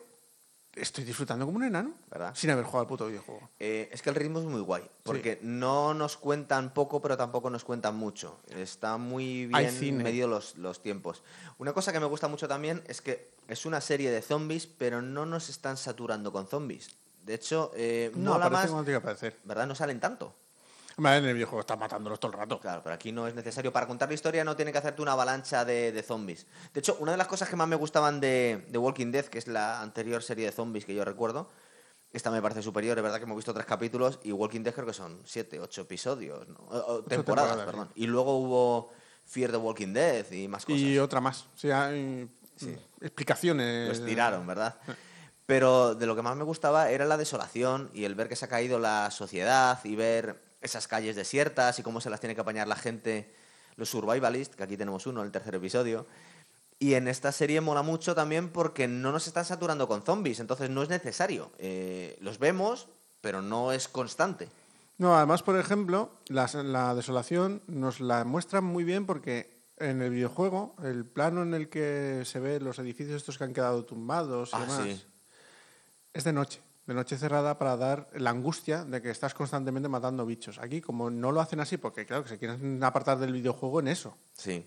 Speaker 2: estoy disfrutando como un enano,
Speaker 1: ¿Verdad?
Speaker 2: Sin haber jugado al puto videojuego.
Speaker 1: Eh, es que el ritmo es muy guay, porque no nos cuentan poco, pero tampoco nos cuentan mucho. Está muy
Speaker 2: Hay
Speaker 1: bien
Speaker 2: cine.
Speaker 1: medido los, los tiempos. Una cosa que me gusta mucho también es que es una serie de zombies, pero no nos están saturando con zombies. De hecho, eh,
Speaker 2: No,
Speaker 1: mola
Speaker 2: aparece
Speaker 1: más,
Speaker 2: cuando tiene que aparecer.
Speaker 1: ¿verdad? No salen tanto.
Speaker 2: Hombre, en el videojuego estás matándolos todo el rato.
Speaker 1: Claro, pero aquí no es necesario. Para contar la historia no tiene que hacerte una avalancha de, de zombies. De hecho, una de las cosas que más me gustaban de, de Walking Dead, que es la anterior serie de zombies que yo recuerdo, esta me parece superior, es verdad que hemos visto tres capítulos, y Walking Dead creo que son siete, ocho episodios, ¿no? O- o temporadas,
Speaker 2: temporadas,
Speaker 1: perdón. Y luego hubo Fear the Walking Dead y más cosas.
Speaker 2: Y otra más. O sea, hay mm,
Speaker 1: Sí.
Speaker 2: explicaciones.
Speaker 1: Lo estiraron, ¿verdad? Pero de lo que más me gustaba era la desolación y el ver que se ha caído la sociedad y ver esas calles desiertas y cómo se las tiene que apañar la gente, los survivalists, que aquí tenemos uno, en el tercer episodio. Y en esta serie mola mucho también porque no nos están saturando con zombies, entonces no es necesario. Eh, los vemos, pero no es constante.
Speaker 2: No, además, por ejemplo, las- la desolación nos la muestran muy bien porque en el videojuego, el plano en el que se ve los edificios estos que han quedado tumbados y
Speaker 1: Ah,
Speaker 2: demás,
Speaker 1: sí.
Speaker 2: es de noche. De noche cerrada para dar la angustia de que estás constantemente matando bichos. Aquí, como no lo hacen así, porque claro que se quieren apartar del videojuego en eso.
Speaker 1: Sí.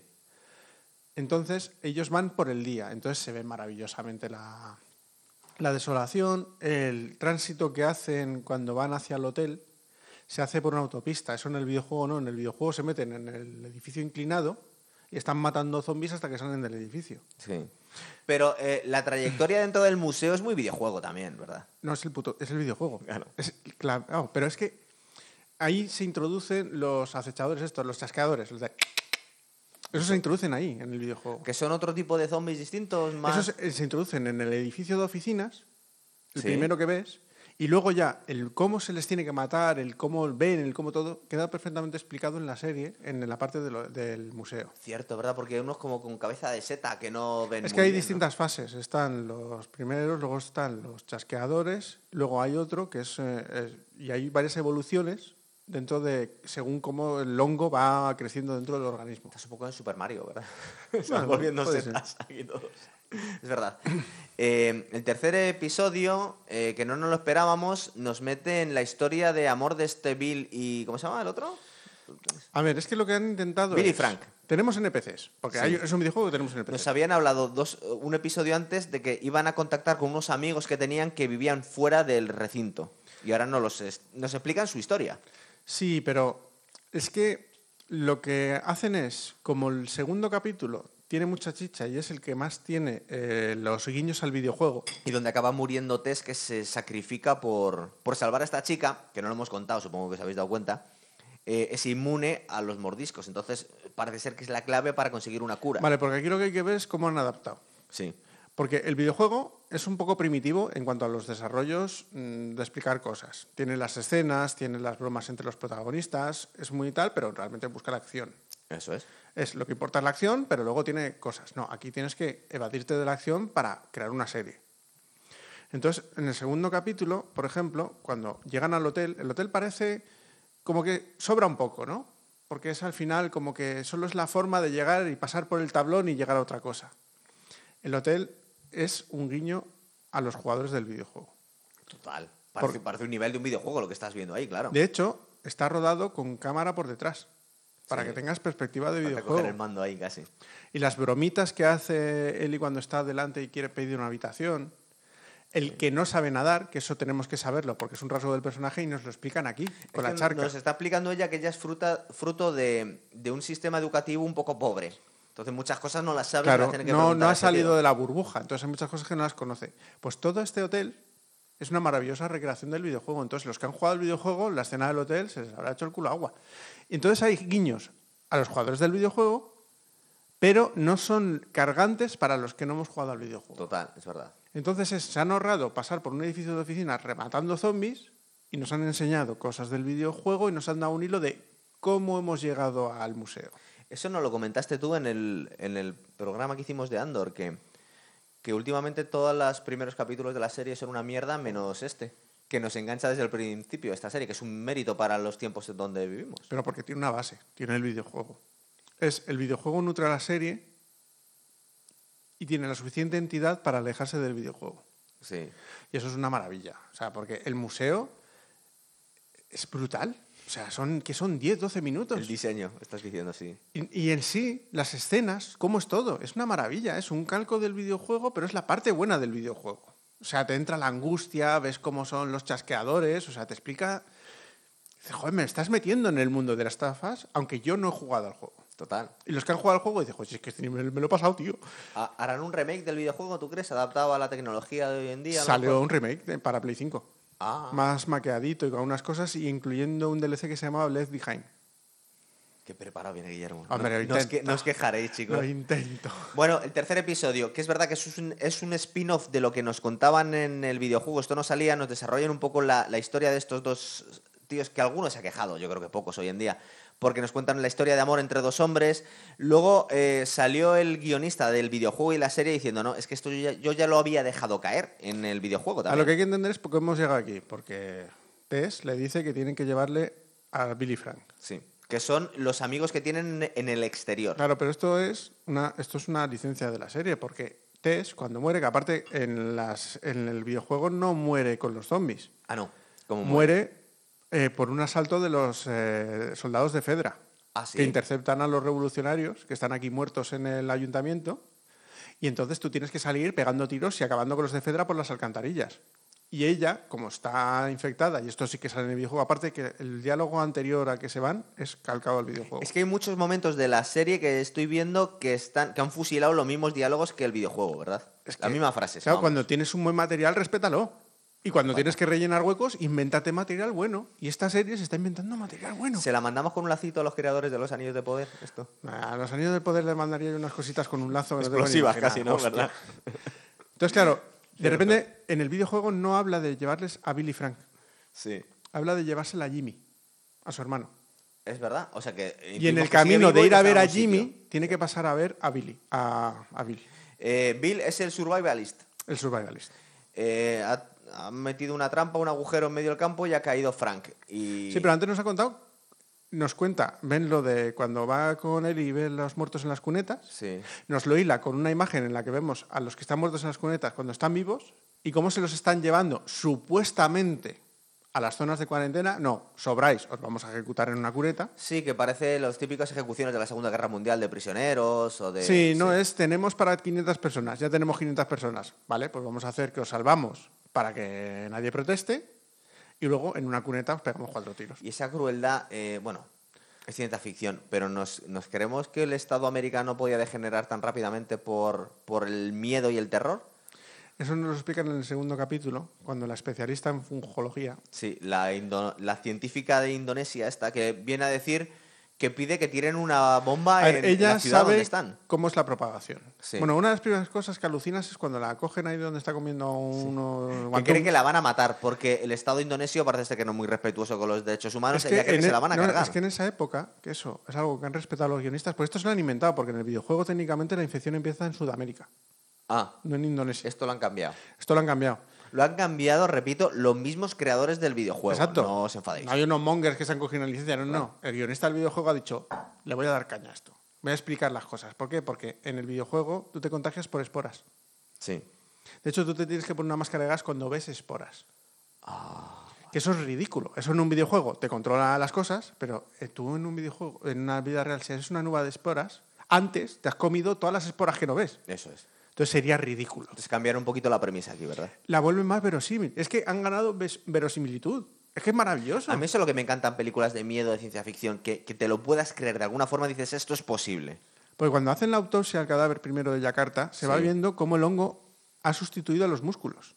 Speaker 2: Entonces, ellos van por el día. Entonces se ve maravillosamente la, la desolación, el tránsito que hacen cuando van hacia el hotel. Se hace por una autopista, eso en el videojuego no, en el videojuego se meten en el edificio inclinado y están matando zombies hasta que salen del edificio.
Speaker 1: Sí. Pero eh, la trayectoria dentro del museo es muy videojuego también, ¿verdad?
Speaker 2: No es el puto, es el videojuego.
Speaker 1: Claro.
Speaker 2: Es- claro, ah, pero es que ahí se introducen los acechadores estos, los chasqueadores, los de... Esos se introducen ahí, en el videojuego.
Speaker 1: Que son otro tipo de zombies distintos, más...
Speaker 2: Esos eh, se introducen en el edificio de oficinas, el
Speaker 1: Sí.
Speaker 2: primero que ves, y luego ya el cómo se les tiene que matar, el cómo ven, el cómo todo, queda perfectamente explicado en la serie, en la parte de lo- del museo.
Speaker 1: Cierto, ¿verdad? Porque hay unos como con cabeza de seta que no ven.
Speaker 2: Es
Speaker 1: muy
Speaker 2: que hay
Speaker 1: bien, ¿no?
Speaker 2: distintas fases. Están los primeros, luego están los chasqueadores, luego hay otro que es... eh, es- y hay varias evoluciones dentro de... según cómo el hongo va creciendo dentro del organismo.
Speaker 1: Estás un poco en Super Mario, ¿verdad? Están
Speaker 2: Bueno,
Speaker 1: volviendo
Speaker 2: puede ser.
Speaker 1: setas aquí todos. Es verdad. Eh, el tercer episodio, eh, que no nos lo esperábamos, nos mete en la historia de amor de este Bill y. ¿Cómo se llama el otro?
Speaker 2: A ver, es que lo que han intentado
Speaker 1: Billy
Speaker 2: es-
Speaker 1: Frank.
Speaker 2: Tenemos NPCs, porque
Speaker 1: Sí.
Speaker 2: hay- es un videojuego que tenemos NPCs.
Speaker 1: Nos habían hablado dos, eh, un episodio antes de que iban a contactar con unos amigos que tenían que vivían fuera del recinto. Y ahora no los es- nos explican su historia.
Speaker 2: Sí, pero es que lo que hacen es, como el segundo capítulo tiene mucha chicha y es el que más tiene eh, los guiños al videojuego,
Speaker 1: Y donde acaba muriendo Tess, que se sacrifica por, por salvar a esta chica, que no lo hemos contado, supongo que os habéis dado cuenta, eh, es inmune a los mordiscos. Entonces, parece ser que es la clave para conseguir una cura.
Speaker 2: vale, porque aquí lo que hay que ver es cómo han adaptado.
Speaker 1: Sí.
Speaker 2: Porque el videojuego es un poco primitivo en cuanto a los desarrollos mm, de explicar cosas. Tiene las escenas, tiene las bromas entre los protagonistas, es muy tal, pero realmente busca la acción.
Speaker 1: Eso es.
Speaker 2: Es lo que importa es la acción, pero luego tiene cosas. No, aquí tienes que evadirte de la acción para crear una serie. Entonces, en el segundo capítulo, por ejemplo, cuando llegan al hotel, el hotel parece como que sobra un poco, ¿no? Porque es al final como que solo es la forma de llegar y pasar por el tablón y llegar a otra cosa. El hotel es un guiño a los jugadores del videojuego.
Speaker 1: Total. Parece,
Speaker 2: Por-
Speaker 1: parece un nivel de un videojuego lo que estás viendo ahí, claro.
Speaker 2: De hecho, está rodado con cámara por detrás, para
Speaker 1: Sí.
Speaker 2: que tengas perspectiva de
Speaker 1: Para
Speaker 2: videojuego.
Speaker 1: coger el mando ahí casi.
Speaker 2: Y las bromitas que hace Eli cuando está adelante y quiere pedir una habitación. El que no sabe nadar, que eso tenemos que saberlo porque es un rasgo del personaje y nos lo explican aquí,
Speaker 1: Es
Speaker 2: con la
Speaker 1: que
Speaker 2: charca.
Speaker 1: Nos está explicando ella que ella es fruta, fruto de, de un sistema educativo un poco pobre. Entonces muchas cosas no las sabes.
Speaker 2: Claro, no, no ha salido de la burbuja, entonces hay muchas cosas que no las conoce. Pues todo este hotel es una maravillosa recreación del videojuego. Entonces, los que han jugado al videojuego, la escena del hotel se les habrá hecho el culo agua. Y entonces hay guiños a los jugadores del videojuego, pero no son cargantes para los que no hemos jugado al videojuego.
Speaker 1: Total, es verdad.
Speaker 2: Entonces, es- se han ahorrado pasar por un edificio de oficinas rematando zombies y nos han enseñado cosas del videojuego y nos han dado un hilo de cómo hemos llegado al museo.
Speaker 1: Eso no lo comentaste tú en el, en el programa que hicimos de Andor, que, que últimamente todos los primeros capítulos de la serie son una mierda, menos este, que nos engancha desde el principio esta serie, que es un mérito para los tiempos en donde vivimos.
Speaker 2: Pero porque tiene una base, tiene el videojuego. Es el videojuego nutre a la serie y tiene la suficiente entidad para alejarse del videojuego.
Speaker 1: Sí.
Speaker 2: Y eso es una maravilla. O sea, porque el museo es brutal. O sea, son, que son 10, 12
Speaker 1: El
Speaker 2: minutos.
Speaker 1: diseño, estás diciendo, sí.
Speaker 2: Y, y en sí, las escenas, cómo es todo, es una maravilla. Es un calco del videojuego, pero es la parte buena del videojuego. O sea, te entra la angustia, ves cómo son los chasqueadores, o sea, te explica... Dice, Joder, me estás metiendo en el mundo de las estafas, aunque yo no he jugado al juego.
Speaker 1: Total.
Speaker 2: Y los que han jugado al juego dicen, joder, si es que este nivel me lo he pasado, tío.
Speaker 1: Ha- ¿Harán un remake del videojuego, tú crees, adaptado a la tecnología de hoy en día? a lo
Speaker 2: Salió
Speaker 1: mejor?
Speaker 2: un remake de- para Play 5.
Speaker 1: Ah,
Speaker 2: Más maqueadito y con unas cosas, y incluyendo un DLC que se llamaba Left Behind.
Speaker 1: qué preparado viene Guillermo.
Speaker 2: Hombre,
Speaker 1: no,
Speaker 2: lo
Speaker 1: no os que-
Speaker 2: intento.
Speaker 1: no os quejaréis, chicos.
Speaker 2: Lo intento.
Speaker 1: Bueno, el tercer episodio, que es verdad que es un, es un spin-off de lo que nos contaban en el videojuego, esto no salía, nos desarrollan un poco la, la historia de estos dos tíos, que algunos se ha quejado, yo creo que pocos hoy en día, porque nos cuentan la historia de amor entre dos hombres. Luego eh, salió el guionista del videojuego y la serie diciendo, no, es que esto yo ya, yo ya lo había dejado caer en el videojuego
Speaker 2: A
Speaker 1: también.
Speaker 2: lo que hay que entender es por qué hemos llegado aquí. Porque Tess le dice que tienen que llevarle a Billy Frank.
Speaker 1: Sí, que son los amigos que tienen en el exterior.
Speaker 2: Claro, pero esto es una, esto es una licencia de la serie, porque Tess, cuando muere, que aparte en, las, en el videojuego no muere con los zombies,
Speaker 1: Ah, no, como
Speaker 2: muere eh, por un asalto de los eh, soldados de Fedra,
Speaker 1: Ah, sí.
Speaker 2: que interceptan a los revolucionarios que están aquí muertos en el ayuntamiento, y entonces tú tienes que salir pegando tiros y acabando con los de Fedra por las alcantarillas. Y ella, como está infectada, y esto sí que sale en el videojuego, aparte que el diálogo anterior a que se van es calcado al videojuego.
Speaker 1: Es que hay muchos momentos de la serie que estoy viendo que están que han fusilado los mismos diálogos que el videojuego, ¿verdad?
Speaker 2: Es
Speaker 1: la
Speaker 2: que,
Speaker 1: misma frase.
Speaker 2: Claro, cuando tienes un buen material, respétalo. Y cuando tienes que rellenar huecos, invéntate material bueno. Y esta serie se está inventando material bueno.
Speaker 1: Se la mandamos con un lacito a los creadores de los Anillos de Poder, esto.
Speaker 2: A los anillos del poder les mandaría yo unas cositas con un lazo. que no tengo ni
Speaker 1: Explosivas
Speaker 2: imaginado.
Speaker 1: casi, ¿no?
Speaker 2: Hostia.
Speaker 1: ¿Verdad?
Speaker 2: Entonces, claro, de repente en el videojuego no habla de llevarles a Billy Frank.
Speaker 1: Sí.
Speaker 2: Habla de llevársela a Jimmy, a su hermano.
Speaker 1: Es verdad. O sea que.
Speaker 2: Y en
Speaker 1: intuimos
Speaker 2: el
Speaker 1: que sigue
Speaker 2: camino
Speaker 1: vivo
Speaker 2: de
Speaker 1: y
Speaker 2: ir
Speaker 1: que
Speaker 2: a
Speaker 1: está
Speaker 2: ver
Speaker 1: en
Speaker 2: a
Speaker 1: un sitio.
Speaker 2: Jimmy, tiene que pasar a ver a Billy, a, a Billy,
Speaker 1: Eh, Bill es el survivalist.
Speaker 2: el survivalist.
Speaker 1: Eh, ha, ha metido una trampa, un agujero en medio del campo y ha caído Frank. Y...
Speaker 2: Sí, pero antes nos ha contado, nos cuenta, ven lo de cuando va con él y ve los muertos en las cunetas,
Speaker 1: Sí.
Speaker 2: nos lo hila con una imagen en la que vemos a los que están muertos en las cunetas cuando están vivos y cómo se los están llevando supuestamente a las zonas de cuarentena. No, sobráis, os vamos a ejecutar en una cureta.
Speaker 1: Sí, que parece los típicos ejecuciones de la Segunda Guerra Mundial de prisioneros o de.
Speaker 2: sí, no es, tenemos para 500 personas, ya tenemos 500 personas, ¿vale? Pues vamos a hacer que os salvamos para que nadie proteste y luego en una cuneta os pegamos cuatro tiros.
Speaker 1: Y esa crueldad, eh, bueno, es ciencia ficción, pero nos, nos creemos que el Estado americano podía degenerar tan rápidamente por, por el miedo y el terror.
Speaker 2: Eso nos lo explican en el segundo capítulo, cuando la especialista en fungología,
Speaker 1: Sí, la, indo- la científica de Indonesia esta que viene a decir que pide que tiren una bomba
Speaker 2: A ver,
Speaker 1: Ah, en, en
Speaker 2: ella
Speaker 1: la ciudad
Speaker 2: sabe
Speaker 1: donde están.
Speaker 2: cómo es la propagación.
Speaker 1: Sí.
Speaker 2: Bueno, una de las primeras cosas que alucinas es cuando la cogen ahí donde está comiendo uno
Speaker 1: Que cree que la van a matar porque el Estado indonesio parece ser que no es muy respetuoso con los derechos humanos. ella cree que
Speaker 2: en
Speaker 1: se
Speaker 2: e-
Speaker 1: la van a
Speaker 2: no,
Speaker 1: cargar.
Speaker 2: es que en esa época, que eso es algo que han respetado los guionistas, pues esto se lo han inventado, porque en el videojuego técnicamente la infección empieza en Sudamérica,
Speaker 1: Ah,
Speaker 2: no en Indonesia.
Speaker 1: esto lo han cambiado.
Speaker 2: Esto lo han cambiado.
Speaker 1: Lo han cambiado, repito, los mismos creadores del videojuego.
Speaker 2: Exacto.
Speaker 1: Pues No os enfadéis.
Speaker 2: No hay unos mongers que se han cogido una licencia, no, no. El guionista del videojuego ha dicho, le voy a dar caña a esto. Voy a explicar las cosas. ¿Por qué? Porque en el videojuego tú te contagias por esporas.
Speaker 1: Sí.
Speaker 2: De hecho, tú te tienes que poner una máscara de gas cuando ves esporas.
Speaker 1: Ah.
Speaker 2: Que eso es ridículo. Eso en un videojuego te controla las cosas, pero eh, tú en un videojuego, en una vida real, si eres una nube de esporas, antes te has comido todas las esporas que no ves.
Speaker 1: Eso es.
Speaker 2: Entonces sería ridículo.
Speaker 1: Entonces cambiar un poquito la premisa aquí, ¿verdad?
Speaker 2: La vuelven más verosímil. Es que han ganado ves- verosimilitud. Es que es maravilloso.
Speaker 1: A mí eso es lo que me encantan películas de miedo, de ciencia ficción, que, que te lo puedas creer. De alguna forma dices, esto es posible.
Speaker 2: Porque cuando hacen la autopsia al cadáver primero de Yakarta, se va
Speaker 1: Sí.
Speaker 2: viendo cómo el hongo ha sustituido a los músculos.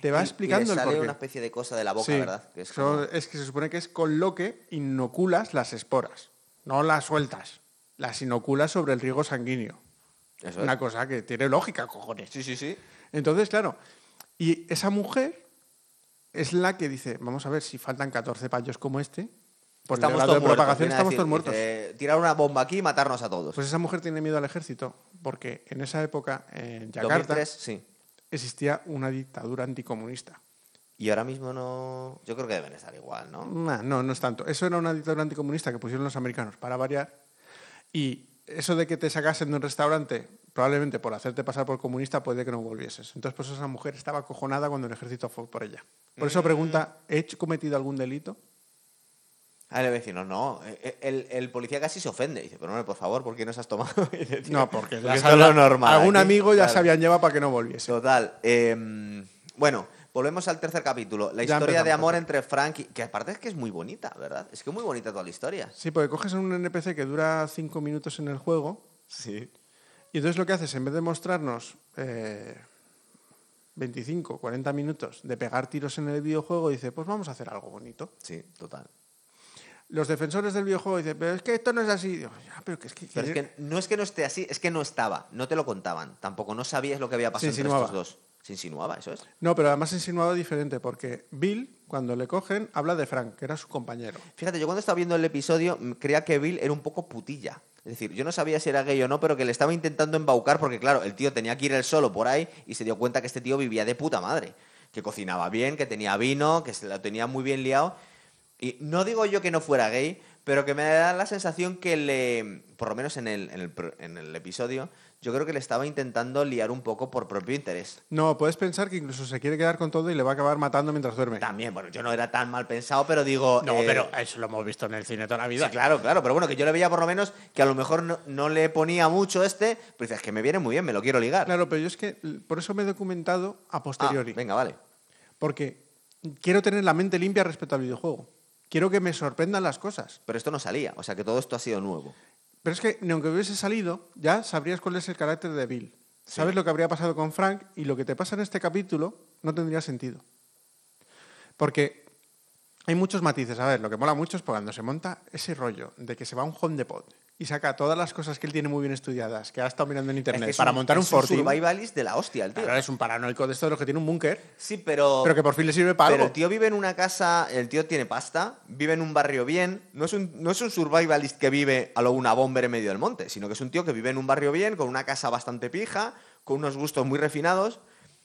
Speaker 2: Te va
Speaker 1: Y- y
Speaker 2: explicando
Speaker 1: le
Speaker 2: el
Speaker 1: sale
Speaker 2: porqué.
Speaker 1: una especie de cosa de la boca,
Speaker 2: Sí. eh,
Speaker 1: ¿verdad? Que es
Speaker 2: Eso-
Speaker 1: como-
Speaker 2: es que se supone que es con lo que inoculas las esporas. No las sueltas. Las inoculas sobre el riego sanguíneo.
Speaker 1: Eso es.
Speaker 2: Una cosa que tiene lógica, cojones.
Speaker 1: Sí, sí, sí.
Speaker 2: Entonces, claro, y esa mujer es la que dice, vamos a ver, si faltan 14 payos como este, por el grado de propagación
Speaker 1: viene a
Speaker 2: estamos
Speaker 1: decir,
Speaker 2: todos muertos.
Speaker 1: dice, tirar una bomba aquí y matarnos a todos.
Speaker 2: Pues esa mujer tiene miedo al ejército, porque en esa época, en Yakarta,
Speaker 1: 2003, sí.
Speaker 2: existía una dictadura anticomunista.
Speaker 1: Y ahora mismo no... Yo creo que deben estar igual, ¿no?
Speaker 2: Nah, no, no es tanto. Eso era una dictadura anticomunista que pusieron los americanos para variar. Y eso de que te sacasen de un restaurante, probablemente por hacerte pasar por comunista, puede que no volvieses. Entonces, pues esa mujer estaba acojonada cuando el ejército fue por ella. Por
Speaker 1: Mm.
Speaker 2: eso pregunta, ¿he hecho- cometido algún delito?
Speaker 1: Ah, el vecino, no. Eh, El, el policía casi se ofende. Dice, pero hombre, por favor, ¿por qué nos has tomado? Y dice, "Tío,
Speaker 2: No, porque, las
Speaker 1: esto es lo
Speaker 2: había-
Speaker 1: normal.
Speaker 2: Algún
Speaker 1: aquí".
Speaker 2: amigo ya
Speaker 1: Claro.
Speaker 2: se habían llevado para que no volviese.
Speaker 1: Total. eh, bueno, volvemos al tercer capítulo. La
Speaker 2: Ya
Speaker 1: historia de
Speaker 2: empezamos,
Speaker 1: amor entre Frank y... Que aparte es que es muy bonita, ¿verdad? Es que es muy bonita toda la historia.
Speaker 2: Sí, porque coges a un NPC que dura cinco minutos en el juego
Speaker 1: Sí.
Speaker 2: Y entonces lo que haces, en vez de mostrarnos eh, 25, 40 minutos de pegar tiros en el videojuego, dice, pues vamos a hacer algo bonito.
Speaker 1: Sí, total.
Speaker 2: Los defensores del videojuego dicen, pero es que esto no es así. Digo, "Ya, pero que es que...
Speaker 1: Pero es que no es que no esté así, es que no estaba. No te lo contaban. Tampoco no sabías lo que había pasado
Speaker 2: Se
Speaker 1: entre estos
Speaker 2: insinuaba.
Speaker 1: dos. Se insinuaba, eso es.
Speaker 2: No, pero además insinuado diferente, porque Bill, cuando le cogen, habla de Frank, que era su compañero.
Speaker 1: Fíjate, yo cuando estaba viendo el episodio m- creía que Bill era un poco putilla. Es decir, yo no sabía si era gay o no, pero que le estaba intentando embaucar porque, claro, el tío tenía que ir él solo por ahí y se dio cuenta que este tío vivía de puta madre. Que cocinaba bien, que tenía vino, que se lo tenía muy bien liado. Y no digo yo que no fuera gay, pero que me da la sensación que le, por lo menos en el, en el pro- en el episodio, yo creo que le estaba intentando liar un poco por propio interés.
Speaker 2: No, puedes pensar que incluso se quiere quedar con todo y le va a acabar matando mientras duerme.
Speaker 1: También, bueno, yo no era tan mal pensado, pero digo... eh,
Speaker 2: eso lo hemos visto en el cine toda la
Speaker 1: Sí, claro, claro, pero bueno, que yo le veía por lo menos que a lo mejor no, no le ponía mucho este, pero dices que me viene muy bien, me lo quiero ligar.
Speaker 2: Claro, pero yo es que l- por eso me he documentado a
Speaker 1: Ah,
Speaker 2: posteriori.
Speaker 1: venga, vale.
Speaker 2: Porque quiero tener la mente limpia respecto al videojuego. Quiero que me sorprendan las cosas.
Speaker 1: Pero esto no salía, o sea que todo esto ha sido nuevo.
Speaker 2: Pero es que, ni aunque hubiese salido, ya sabrías cuál es el carácter de Bill. Sabes lo que habría pasado con Frank y lo que te pasa en este capítulo no tendría sentido. Porque hay muchos matices. A ver, lo que mola mucho es cuando se monta ese rollo de que se va a un home depot y saca todas las cosas que él tiene muy bien estudiadas, que ha estado mirando en
Speaker 1: Es
Speaker 2: internet,
Speaker 1: que es
Speaker 2: para montar un
Speaker 1: es un
Speaker 2: fortín.
Speaker 1: survivalist de la hostia, el tío.
Speaker 2: Claro, es un paranoico de estos de los que tiene un búnker,
Speaker 1: Sí, pero.
Speaker 2: pero que por fin le sirve para
Speaker 1: pero el
Speaker 2: algo.
Speaker 1: tío vive en una casa, el tío tiene pasta, vive en un barrio bien. No es un, no es un survivalist que vive a lo una bomber en medio del monte, sino que es un tío que vive en un barrio bien, con una casa bastante pija, con unos gustos muy refinados.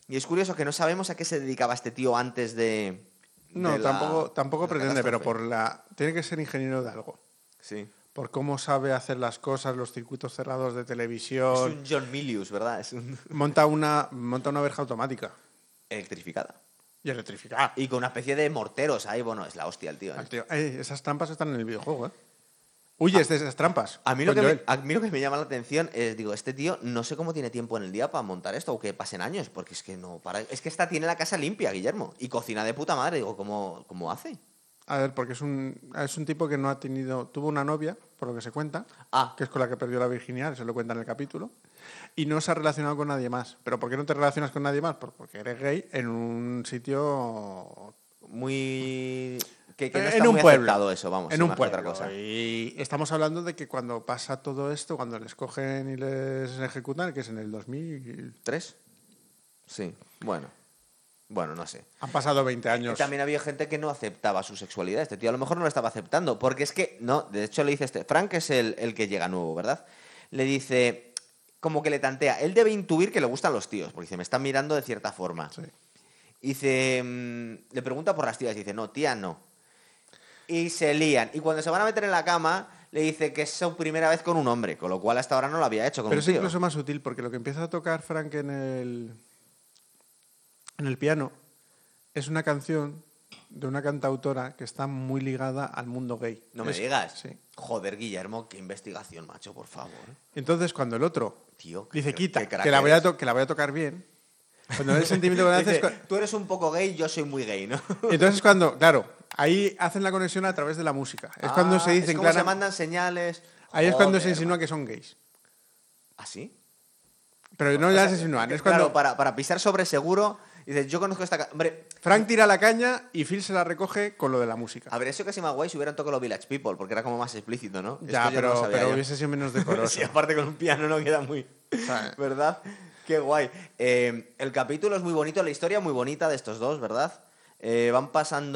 Speaker 1: Y es curioso que no sabemos a qué se dedicaba este tío antes de.
Speaker 2: No,
Speaker 1: de la-
Speaker 2: tampoco, tampoco
Speaker 1: de la
Speaker 2: pretende, pero
Speaker 1: catástrofe.
Speaker 2: por la tiene que ser ingeniero de algo.
Speaker 1: Sí.
Speaker 2: Por cómo sabe hacer las cosas, los circuitos cerrados de
Speaker 1: Es
Speaker 2: televisión.
Speaker 1: un John Milius, ¿verdad? Es un...
Speaker 2: Monta una monta una verja automática
Speaker 1: electrificada.
Speaker 2: y electrificada.
Speaker 1: Y con una especie de morteros ahí, bueno, es la hostia el tío. ¿eh?
Speaker 2: Al tío, eh, esas trampas están en el videojuego, ¿eh? Huyes de esas trampas.
Speaker 1: Ah. A mí, lo
Speaker 2: con
Speaker 1: que me,
Speaker 2: Joel.
Speaker 1: a mí lo que me llama la atención es, digo, este tío no sé cómo tiene tiempo en el día para montar esto o que pasen años, porque es que no para. Es que esta tiene la casa limpia, Guillermo, y cocina de puta madre. Digo, ¿cómo, cómo hace?
Speaker 2: A ver, porque es un, es un tipo que no ha tenido. Tuvo una novia, por lo que se cuenta,
Speaker 1: Ah.
Speaker 2: que es con la que perdió la virginidad, se lo cuenta en el capítulo, y no se ha relacionado con nadie más. ¿Pero por qué no te relacionas con nadie más? Pues Porque eres gay en un sitio
Speaker 1: Muy. Que, que no
Speaker 2: Eh,
Speaker 1: está
Speaker 2: en un
Speaker 1: muy
Speaker 2: pueblo.
Speaker 1: aceptado eso, vamos.
Speaker 2: en
Speaker 1: sí,
Speaker 2: un
Speaker 1: más que
Speaker 2: pueblo.
Speaker 1: otra cosa.
Speaker 2: Y estamos hablando de que cuando pasa todo esto, cuando les cogen y les ejecutan, que es en el 2000,
Speaker 1: ¿Tres? Sí. Bueno. Bueno, no sé.
Speaker 2: han pasado 20
Speaker 1: Y
Speaker 2: años.
Speaker 1: También había gente que no aceptaba su sexualidad. Este tío a lo mejor no lo estaba aceptando. Porque es que, no, de hecho le dice este, Frank es el, el que llega nuevo, ¿verdad? Le dice, como que le tantea, él debe intuir que le gustan los tíos, porque dice, me están mirando de cierta forma.
Speaker 2: Sí.
Speaker 1: Y Dice, mm, le pregunta por las tías, y dice, no, tía no. Y se lían. Y cuando se van a meter en la cama, le dice que es su primera vez con un hombre, con lo cual hasta ahora no lo había hecho con
Speaker 2: Pero
Speaker 1: un
Speaker 2: es
Speaker 1: tío.
Speaker 2: incluso más sutil porque lo que empieza a tocar Frank en el, en el piano es una canción de una cantautora que está muy ligada al mundo gay.
Speaker 1: No me
Speaker 2: Es-
Speaker 1: digas.
Speaker 2: Sí.
Speaker 1: Joder, Guillermo, qué investigación, macho, por favor.
Speaker 2: Entonces, cuando el otro
Speaker 1: Tío, qué
Speaker 2: dice,
Speaker 1: cra-
Speaker 2: quita,
Speaker 1: qué
Speaker 2: que
Speaker 1: crack
Speaker 2: la, voy a
Speaker 1: eres".
Speaker 2: to- que la voy a tocar bien, cuando el sentimiento que le
Speaker 1: Dice,
Speaker 2: haces... cua-
Speaker 1: Tú eres un poco gay, yo soy muy gay, ¿no?
Speaker 2: Entonces, cuando, claro, ahí hacen la conexión a través de la música. Es cuando
Speaker 1: Ah,
Speaker 2: se dicen,
Speaker 1: es como
Speaker 2: claro.
Speaker 1: se mandan señales.
Speaker 2: Ahí es cuando se
Speaker 1: Joder,
Speaker 2: insinúa
Speaker 1: macho.
Speaker 2: que son gays.
Speaker 1: ¿Ah, sí?
Speaker 2: Pero no
Speaker 1: O
Speaker 2: las
Speaker 1: sea,
Speaker 2: insinúan. Es
Speaker 1: claro,
Speaker 2: cuando
Speaker 1: para, para pisar sobre seguro, dices, yo conozco esta... ca- Hombre,
Speaker 2: Frank tira la caña y Phil se la recoge con lo de la música.
Speaker 1: a ver, eso que se me guay si hubieran tocado los Village People, porque era como más explícito, ¿no? Esto
Speaker 2: ya,
Speaker 1: yo no lo
Speaker 2: pero,
Speaker 1: sabía
Speaker 2: pero
Speaker 1: yo.
Speaker 2: hubiese sido menos
Speaker 1: Sí,
Speaker 2: decoroso.
Speaker 1: aparte con un piano no queda muy...
Speaker 2: sea,
Speaker 1: ¿Verdad? Qué guay. Eh, el capítulo es muy bonito, la historia muy bonita de estos dos, ¿verdad? Eh, van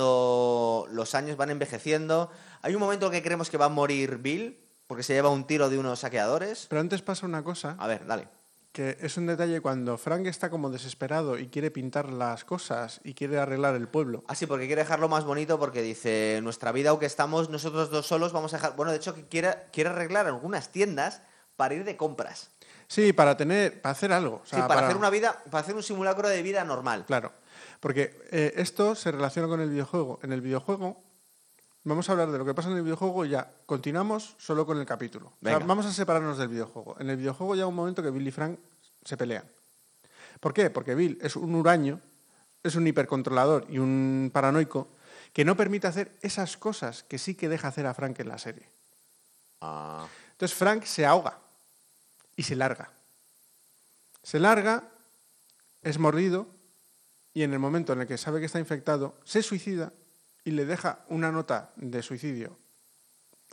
Speaker 1: pasando los años, van envejeciendo. Hay un momento que creemos que va a morir Bill, porque se lleva un tiro de unos saqueadores.
Speaker 2: Pero antes pasa una cosa,
Speaker 1: A ver, dale.
Speaker 2: que es un detalle cuando Frank está como desesperado y quiere pintar las cosas y quiere arreglar el pueblo.
Speaker 1: Ah, sí, porque quiere dejarlo más bonito porque dice, nuestra vida, aunque estamos nosotros dos solos, vamos a dejar... Bueno, de hecho, que quiere, quiere arreglar algunas tiendas para ir de compras.
Speaker 2: Sí, para tener, para hacer algo. o sea,
Speaker 1: sí, para, hacer una vida, para hacer un simulacro de vida normal.
Speaker 2: Claro, porque eh, esto se relaciona con el videojuego. En el videojuego, vamos a hablar de lo que pasa en el videojuego y ya continuamos solo con el capítulo. O sea,
Speaker 1: Venga.
Speaker 2: vamos a separarnos del videojuego. En el videojuego llega un momento que Bill y Frank se pelean. ¿Por qué? Porque Bill es un huraño, es un hipercontrolador y un paranoico que no permite hacer esas cosas que sí que deja hacer a Frank en la serie.
Speaker 1: Ah.
Speaker 2: Entonces Frank se ahoga y se larga. Se larga, es mordido y en el momento en el que sabe que está infectado, se suicida y le deja una nota de suicidio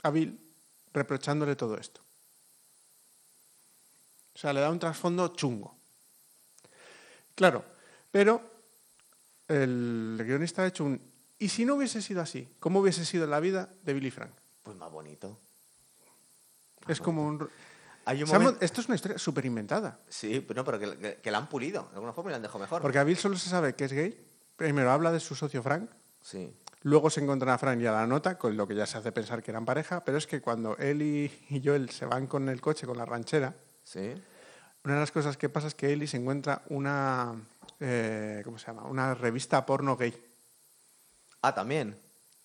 Speaker 2: a Bill reprochándole todo esto. O sea, le da un trasfondo chungo. Claro, pero el guionista ha hecho un... ¿Y si no hubiese sido así? ¿Cómo hubiese sido la vida de Billy Frank?
Speaker 1: Pues más bonito.
Speaker 2: Es como un...
Speaker 1: Hay un
Speaker 2: Se ha mon-
Speaker 1: momento-
Speaker 2: Esto es una historia súper inventada.
Speaker 1: Sí, pero, no, pero que, que- que la han pulido. De alguna forma y la han dejado mejor.
Speaker 2: Porque a Bill solo se sabe que es gay. Primero habla de su socio Frank.
Speaker 1: Sí.
Speaker 2: Luego se encuentran a Frank y a la nota, con lo que ya se hace pensar que eran pareja. Pero es que cuando él y, y Joel se van con el coche, con la ranchera,
Speaker 1: Sí.
Speaker 2: una de las cosas que pasa es que Ellie se encuentra una. eh, ¿Cómo se llama? Una revista porno gay
Speaker 1: Ah, también.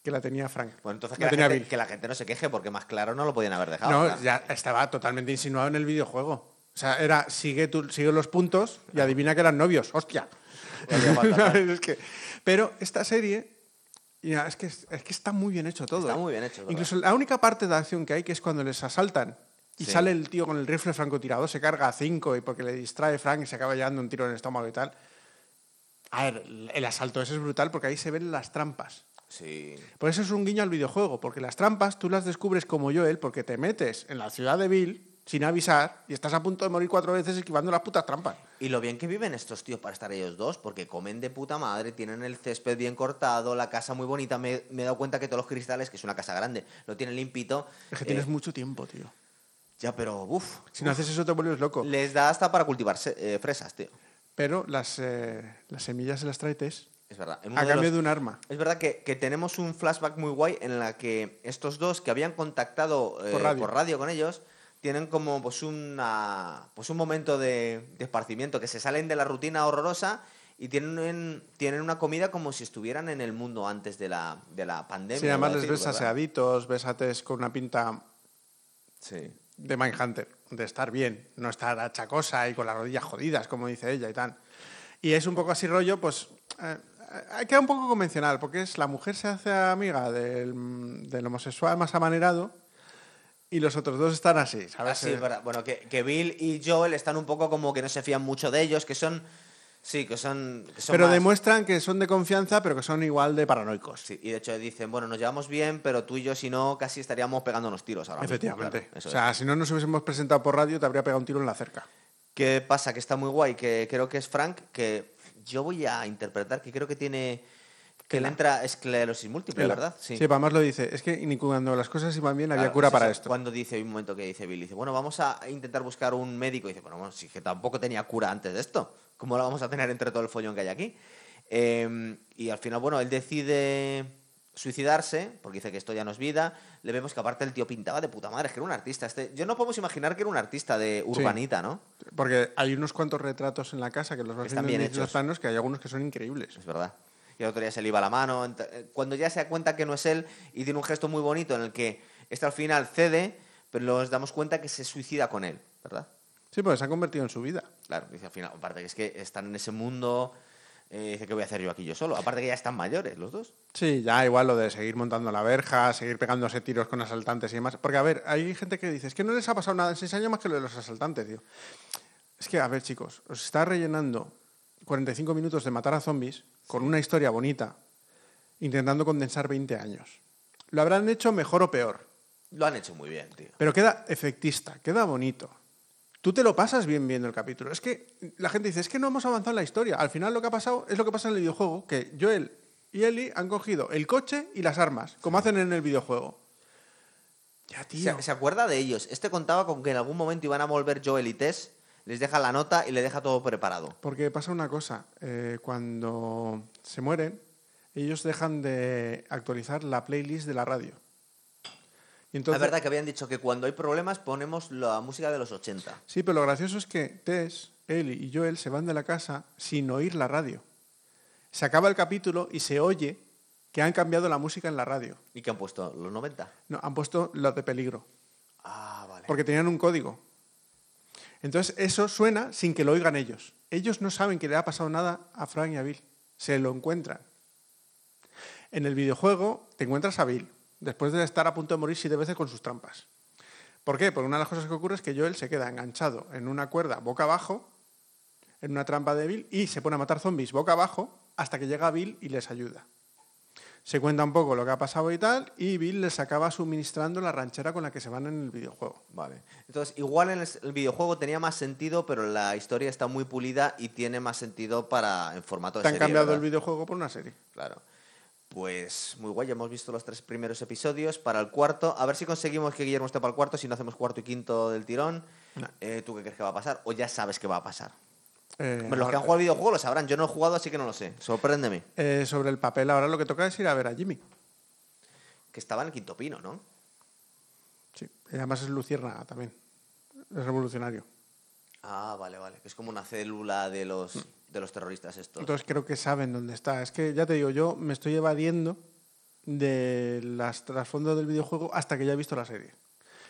Speaker 2: que la tenía Frank.
Speaker 1: Bueno, Pues entonces que
Speaker 2: La
Speaker 1: la,
Speaker 2: tenía
Speaker 1: gente,
Speaker 2: Bill.
Speaker 1: que la gente no se queje porque más claro no lo podían haber dejado.
Speaker 2: No,
Speaker 1: claro.
Speaker 2: ya estaba totalmente insinuado en el videojuego. O sea, era sigue, tú- sigue los puntos y adivina que eran novios. ¡Hostia!
Speaker 1: Podía faltar.
Speaker 2: ¿Sabes? Es que- pero esta serie, ya, es, que, es que está muy bien hecho todo.
Speaker 1: Está
Speaker 2: ¿eh?
Speaker 1: muy bien hecho, es
Speaker 2: Incluso la única parte de acción que hay, que es cuando les asaltan y
Speaker 1: Sí.
Speaker 2: sale el tío con el rifle francotirador, se carga a cinco y porque le distrae Frank y se acaba llevando un tiro en el estómago y tal. A ver, el- el asalto ese es brutal porque ahí se ven las trampas.
Speaker 1: Sí.
Speaker 2: Por eso es un guiño al videojuego, porque las trampas tú las descubres como Joel, porque te metes en la ciudad de Bill sin avisar y estás a punto de morir cuatro veces esquivando las putas trampas.
Speaker 1: Y lo bien que viven estos tíos para estar ellos dos, porque comen de puta madre, tienen el césped bien cortado, la casa muy bonita. Me, me he dado cuenta que todos los cristales, que es una casa grande, lo tienen limpito.
Speaker 2: Es que
Speaker 1: Eh,
Speaker 2: tienes mucho tiempo, tío.
Speaker 1: Ya, pero, uff.
Speaker 2: Si no haces eso te vuelves loco.
Speaker 1: Les da hasta para cultivar se- eh, fresas, tío.
Speaker 2: Pero las, eh, las semillas se las trae Tess
Speaker 1: Es verdad. En uno
Speaker 2: a
Speaker 1: de
Speaker 2: cambio
Speaker 1: los-
Speaker 2: de un arma.
Speaker 1: Es verdad que, que tenemos un flashback muy guay en la que estos dos que habían contactado eh,
Speaker 2: Por radio.
Speaker 1: con ellos tienen como pues una pues un momento de, de esparcimiento que se salen de la rutina horrorosa y tienen, tienen una comida como si estuvieran en el mundo antes de la, de pues, la pandemia.
Speaker 2: Sí, además les
Speaker 1: iba a
Speaker 2: ves
Speaker 1: decir, ¿verdad?
Speaker 2: aseaditos, ves a Tess con una pinta
Speaker 1: Sí.
Speaker 2: de Mindhunter, de estar bien, no estar achacosa y con las rodillas jodidas, como dice ella y tal. Y es un poco así rollo, pues eh, eh, queda un poco convencional, porque es la mujer se hace amiga del, del homosexual más amanerado y los otros dos están así, ¿sabes?
Speaker 1: Ah, sí,
Speaker 2: Eh,
Speaker 1: es verdad. Bueno, que, que Bill y Joel están un poco como que no se fían mucho de ellos, que son... Sí, que son... que son
Speaker 2: pero
Speaker 1: más-
Speaker 2: demuestran que son de confianza, pero que son igual de paranoicos.
Speaker 1: Sí, y de hecho dicen, bueno, nos llevamos bien, pero tú y yo, si no, casi estaríamos pegándonos tiros ahora mismo,
Speaker 2: Efectivamente.
Speaker 1: claro, eso
Speaker 2: o
Speaker 1: es.
Speaker 2: sea, si no nos hubiésemos presentado por radio, te habría pegado un tiro en la cerca.
Speaker 1: ¿Qué pasa? Que está muy guay, que creo que es Frank, que yo voy a interpretar que creo que tiene. que le entra esclerosis múltiple, ¿verdad?
Speaker 2: Sí. pero además lo dice. Es que ni cuando las cosas iban bien había
Speaker 1: Claro,
Speaker 2: cura
Speaker 1: es
Speaker 2: para
Speaker 1: eso.
Speaker 2: esto.
Speaker 1: Cuando dice, hay un momento que dice Bill, dice, bueno, vamos a intentar buscar un médico. Y dice, bueno, bueno, si es que tampoco tenía cura antes de esto. ¿Cómo la vamos a tener entre todo el follón que hay aquí? Eh, y al final, bueno, él decide suicidarse, porque dice que esto ya no es vida. Le vemos que aparte el tío pintaba de puta madre, es que era un artista. Este, yo no podemos imaginar que era un artista de urbanita, ¿no?
Speaker 2: Porque hay unos cuantos retratos en la casa que los vas
Speaker 1: Están
Speaker 2: viendo en
Speaker 1: bien
Speaker 2: distintos
Speaker 1: hechos.
Speaker 2: planos que hay algunos que son increíbles.
Speaker 1: Es verdad. y al otro día se le iba la mano. Ent- eh, Cuando ya se da cuenta que no es él y tiene un gesto muy bonito en el que este al final cede, pero nos damos cuenta que se suicida con él, ¿verdad?
Speaker 2: Sí, porque se ha convertido en su vida.
Speaker 1: Claro, dice al final, aparte que es que están en ese mundo, eh, dice, ¿qué voy a hacer yo aquí yo solo? Aparte que ya están mayores los dos.
Speaker 2: Sí, ya igual lo de seguir montando la verja, seguir pegándose tiros con asaltantes y demás. Porque, a ver, hay gente que dice, es que no les ha pasado nada en seis años más que lo de los asaltantes, tío. Es que, a ver, chicos, os está rellenando 45 minutos de matar a zombies con una historia bonita, intentando condensar 20 años. Lo habrán hecho mejor o peor,
Speaker 1: Lo han hecho muy bien, tío.
Speaker 2: pero queda efectista, queda bonito. Tú te lo pasas bien viendo el capítulo. Es que la gente dice, es que no hemos avanzado en la historia. Al final lo que ha pasado es lo que pasa en el videojuego, que Joel y Ellie han cogido el coche y las armas, como hacen en el videojuego. Ya, tío.
Speaker 1: Se, se acuerda de ellos. Este contaba con que en algún momento iban a volver Joel y Tess, les deja la nota y le deja todo preparado.
Speaker 2: Porque pasa una cosa, eh, cuando se mueren, ellos dejan de actualizar la playlist de la radio. Y
Speaker 1: es
Speaker 2: entonces,
Speaker 1: verdad que habían dicho que cuando hay problemas ponemos la música de los 80.
Speaker 2: Sí, pero lo gracioso es que Tess, él y Joel se van de la casa sin oír la radio. Se acaba el capítulo y se oye que han cambiado la música en la radio.
Speaker 1: ¿Y que han puesto? ¿Los 90?
Speaker 2: No, han puesto los de peligro,
Speaker 1: Ah, vale.
Speaker 2: porque tenían un código. Entonces eso suena sin que lo oigan ellos. Ellos no saben que le ha pasado nada a Frank y a Bill. Se lo encuentran. En el videojuego te encuentras a Bill, después de estar a punto de morir siete veces con sus trampas. ¿Por qué? Porque una de las cosas que ocurre es que Joel se queda enganchado en una cuerda boca abajo, en una trampa de Bill, y se pone a matar zombies boca abajo hasta que llega Bill y les ayuda. Se cuenta un poco lo que ha pasado y tal, y Bill les acaba suministrando la ranchera con la que se van en el videojuego.
Speaker 1: Vale. Entonces, igual en el s- el videojuego tenía más sentido, pero la historia está muy pulida y tiene más sentido para en formato de
Speaker 2: Te han
Speaker 1: serie,
Speaker 2: cambiado el
Speaker 1: ¿verdad?
Speaker 2: videojuego por una serie.
Speaker 1: Claro. Pues muy guay, ya hemos visto los tres primeros episodios. Para el cuarto, a ver si conseguimos que Guillermo esté para el cuarto, si no hacemos cuarto y quinto del tirón. Eh, ¿Tú qué crees que va a pasar? ¿O ya sabes qué va a pasar?
Speaker 2: Eh,
Speaker 1: Hombre, los que han jugado al videojuego lo sabrán. Yo no he jugado, así que no lo sé. Sorpréndeme.
Speaker 2: eh, sobre el papel, ahora lo que toca es ir a ver a Jimmy.
Speaker 1: Que estaba en el quinto pino, ¿no?
Speaker 2: Sí. Y Además es luciérnaga también. Es revolucionario.
Speaker 1: Ah, vale, vale. Que es como una célula de los, de los terroristas estos.
Speaker 2: Entonces creo que saben dónde está. Es que ya te digo, yo me estoy evadiendo de las trasfondos del videojuego hasta que ya he visto la serie.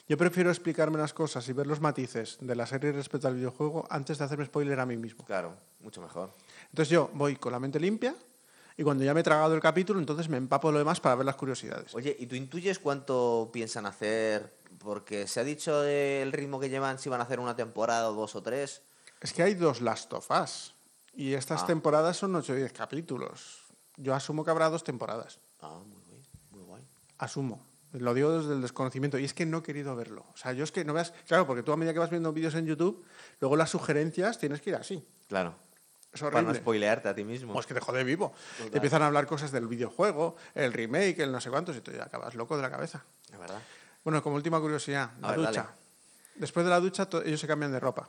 Speaker 2: Yo prefiero explicarme las cosas y ver los matices de la serie respecto al videojuego antes de hacerme spoiler a mí mismo.
Speaker 1: Claro, mucho mejor.
Speaker 2: Entonces yo voy con la mente limpia y cuando ya me he tragado el capítulo, entonces me empapo lo demás para ver las curiosidades.
Speaker 1: Oye, ¿y tú intuyes cuánto piensan hacer? Porque se ha dicho el ritmo que llevan, si van a hacer una temporada o dos o tres.
Speaker 2: Es que hay dos Last of Us y estas
Speaker 1: Ah.
Speaker 2: temporadas son 8 o 10 capítulos. Yo asumo que habrá dos temporadas.
Speaker 1: Ah, muy bien, muy guay.
Speaker 2: Asumo. Lo digo desde el desconocimiento. Y es que no he querido verlo. O sea, yo es que no veas. Claro, porque tú a medida que vas viendo vídeos en YouTube, luego las sugerencias tienes que ir así.
Speaker 1: Claro.
Speaker 2: Es
Speaker 1: Para no
Speaker 2: horrible.
Speaker 1: spoilearte a ti mismo.
Speaker 2: Pues que te jode vivo. Te empiezan a hablar cosas del videojuego, el remake, el no sé cuántos, y tú ya acabas loco de la cabeza.
Speaker 1: La verdad.
Speaker 2: Bueno, como última curiosidad, la
Speaker 1: ver, dale.
Speaker 2: ducha. Después de la ducha, to- ellos se cambian de ropa.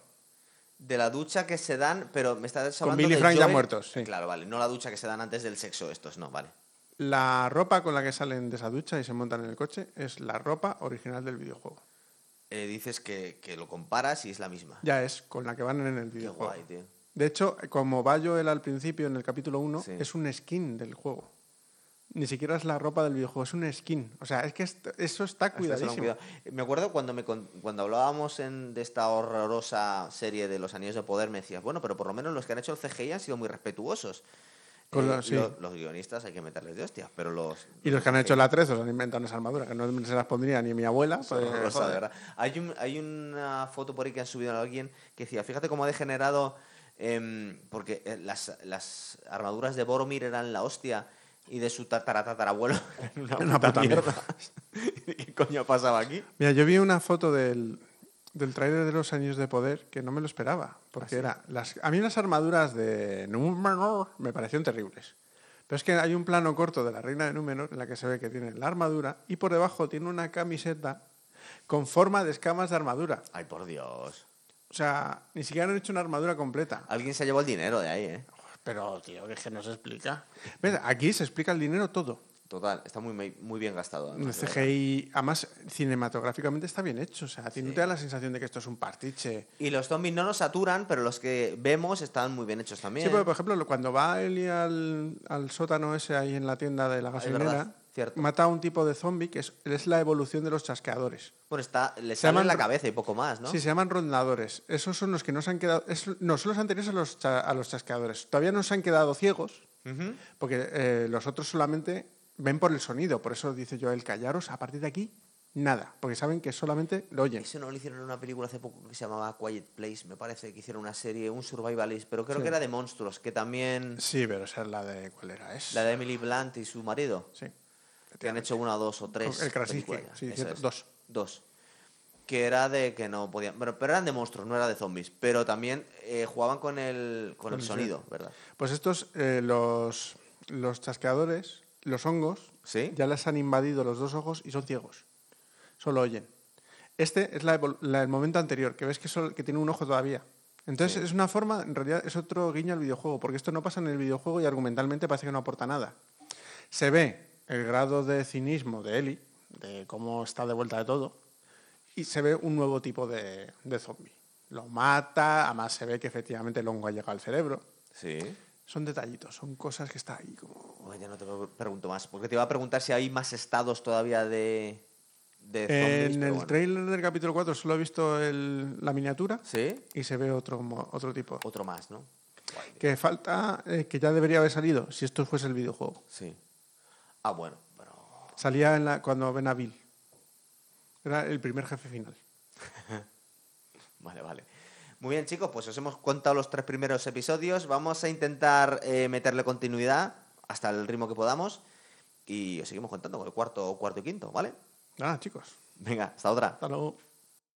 Speaker 1: De la ducha que se dan, pero me estás
Speaker 2: Con
Speaker 1: hablando
Speaker 2: Billy
Speaker 1: de
Speaker 2: Frank ya
Speaker 1: Joel.
Speaker 2: muertos, sí.
Speaker 1: Claro, vale. No la ducha que se dan antes del sexo estos, no, vale.
Speaker 2: La ropa con la que salen de esa ducha y se montan en el coche es la ropa original del videojuego.
Speaker 1: Eh, dices que, que lo comparas y es la misma.
Speaker 2: Ya es con la que van en el
Speaker 1: Qué
Speaker 2: videojuego.
Speaker 1: guay, tío.
Speaker 2: De hecho, como va Joel al principio en el capítulo 1,
Speaker 1: Sí.
Speaker 2: es un skin del juego. Ni siquiera es la ropa del videojuego, es un skin. O sea, es que esto- eso está
Speaker 1: Hasta eso lo han
Speaker 2: cuidadísimo.
Speaker 1: cuidado. Me acuerdo cuando, me, con- cuando hablábamos en- de esta horrorosa serie de los Anillos de Poder, me decías, bueno, pero por lo menos los que han hecho el CGI han sido muy respetuosos. Eh,
Speaker 2: Con la- sí.
Speaker 1: lo- los guionistas hay que meterles de hostias, pero los...
Speaker 2: Y los que han hecho la 3 os han inventado unas armaduras que no se las pondría ni mi abuela.
Speaker 1: Es
Speaker 2: pues,
Speaker 1: horrorosa,
Speaker 2: joder.
Speaker 1: de verdad. Hay, un- hay una foto por ahí que han subido a alguien que decía, fíjate cómo ha degenerado, em, porque eh, las, las armaduras de Boromir eran la hostia y de su tataratatarabuelo eran una,
Speaker 2: Una
Speaker 1: puta,
Speaker 2: puta
Speaker 1: mierda. ¿Qué coño pasaba aquí?
Speaker 2: Mira, yo vi una foto del, del tráiler de los años de poder que no me lo esperaba.
Speaker 1: ¿Ah,
Speaker 2: Porque era. Las, a mí las armaduras de Númenor me parecieron terribles. Pero es que hay un plano corto de la reina de Númenor en la que se ve que tiene la armadura y por debajo tiene una camiseta con forma de escamas de armadura.
Speaker 1: Ay, por Dios.
Speaker 2: O sea, ni siquiera han hecho una armadura completa.
Speaker 1: Alguien se llevó el dinero de ahí, ¿eh?
Speaker 2: Pero, tío, que no se explica. Aquí se explica el dinero todo.
Speaker 1: Total, está muy, me- muy bien gastado.
Speaker 2: El
Speaker 1: además, de verdad.
Speaker 2: CGI, además, cinematográficamente está bien hecho. O sea, a ti no te da la sensación de que esto es un partiche.
Speaker 1: Y los zombies no nos saturan, pero los que vemos están muy bien hechos también.
Speaker 2: Sí, porque, por ejemplo, lo- cuando va Eli al, al sótano ese ahí en la tienda de la
Speaker 1: verdad,
Speaker 2: gasolinera,
Speaker 1: cierto.
Speaker 2: mata a un tipo de zombie que es, es la evolución de los chasqueadores.
Speaker 1: Bueno, está, le
Speaker 2: Se
Speaker 1: sale en
Speaker 2: llaman
Speaker 1: la
Speaker 2: ro-
Speaker 1: cabeza y poco más, ¿no?
Speaker 2: Sí, se llaman rondadores. Esos son los que no se han quedado. es- no, son los anteriores a los, cha- a los chasqueadores. Todavía no se han quedado ciegos,
Speaker 1: Ujú.
Speaker 2: porque eh, los otros solamente ven por el sonido. Por eso dice Joel, callaros, a partir de aquí, nada. Porque saben que solamente lo oyen.
Speaker 1: Eso no lo hicieron en una película hace poco que se llamaba Quiet Place, me parece que hicieron una serie, un survivalist, pero creo que era de monstruos, que también
Speaker 2: Sí, pero esa es la de. ¿Cuál era? Es.
Speaker 1: la de Emily Blunt y su marido,
Speaker 2: Sí.
Speaker 1: que han hecho una, dos o tres.
Speaker 2: El Krasinski,
Speaker 1: películas ya,
Speaker 2: sí,
Speaker 1: eso
Speaker 2: cierto,
Speaker 1: es.
Speaker 2: dos.
Speaker 1: Dos. Que era de que no podían. Pero, pero eran de monstruos, no era de zombies. Pero también eh, jugaban con el, con el sonido, ¿verdad?
Speaker 2: Pues estos, eh, los, los chasqueadores, los hongos,
Speaker 1: ¿Sí?
Speaker 2: ya les han invadido los dos ojos y son ciegos. Solo oyen. Este es la evol- la- el momento anterior, que ves que, sol- que tiene un ojo todavía. Entonces es una forma, en realidad es otro guiño al videojuego, porque esto no pasa en el videojuego y argumentalmente parece que no aporta nada. Se ve el grado de cinismo de Eli, de cómo está de vuelta de todo, y se ve un nuevo tipo de, de zombie. Lo mata, además se ve que efectivamente el hongo ha llegado al cerebro.
Speaker 1: Sí.
Speaker 2: Son detallitos, son cosas que está ahí como...
Speaker 1: Bueno, ya no te lo pregunto más, porque te iba a preguntar si hay más estados todavía de. de zombies,
Speaker 2: en
Speaker 1: pero
Speaker 2: el
Speaker 1: bueno.
Speaker 2: trailer del capítulo 4 solo he visto el- la miniatura
Speaker 1: Sí.
Speaker 2: y se ve otro, mo- otro tipo.
Speaker 1: Otro más, ¿no?
Speaker 2: Que falta, eh, que ya debería haber salido, si esto fuese el videojuego.
Speaker 1: Sí. Ah, bueno, pero.
Speaker 2: Salía en la, cuando ven a Bill. Era el primer jefe final.
Speaker 1: Vale, vale. Muy bien, chicos, pues os hemos contado los tres primeros episodios. Vamos a intentar eh, meterle continuidad hasta el ritmo que podamos. Y os seguimos contando con el cuarto, cuarto y quinto, ¿vale?
Speaker 2: Nada, chicos.
Speaker 1: Venga, hasta otra.
Speaker 2: Hasta luego.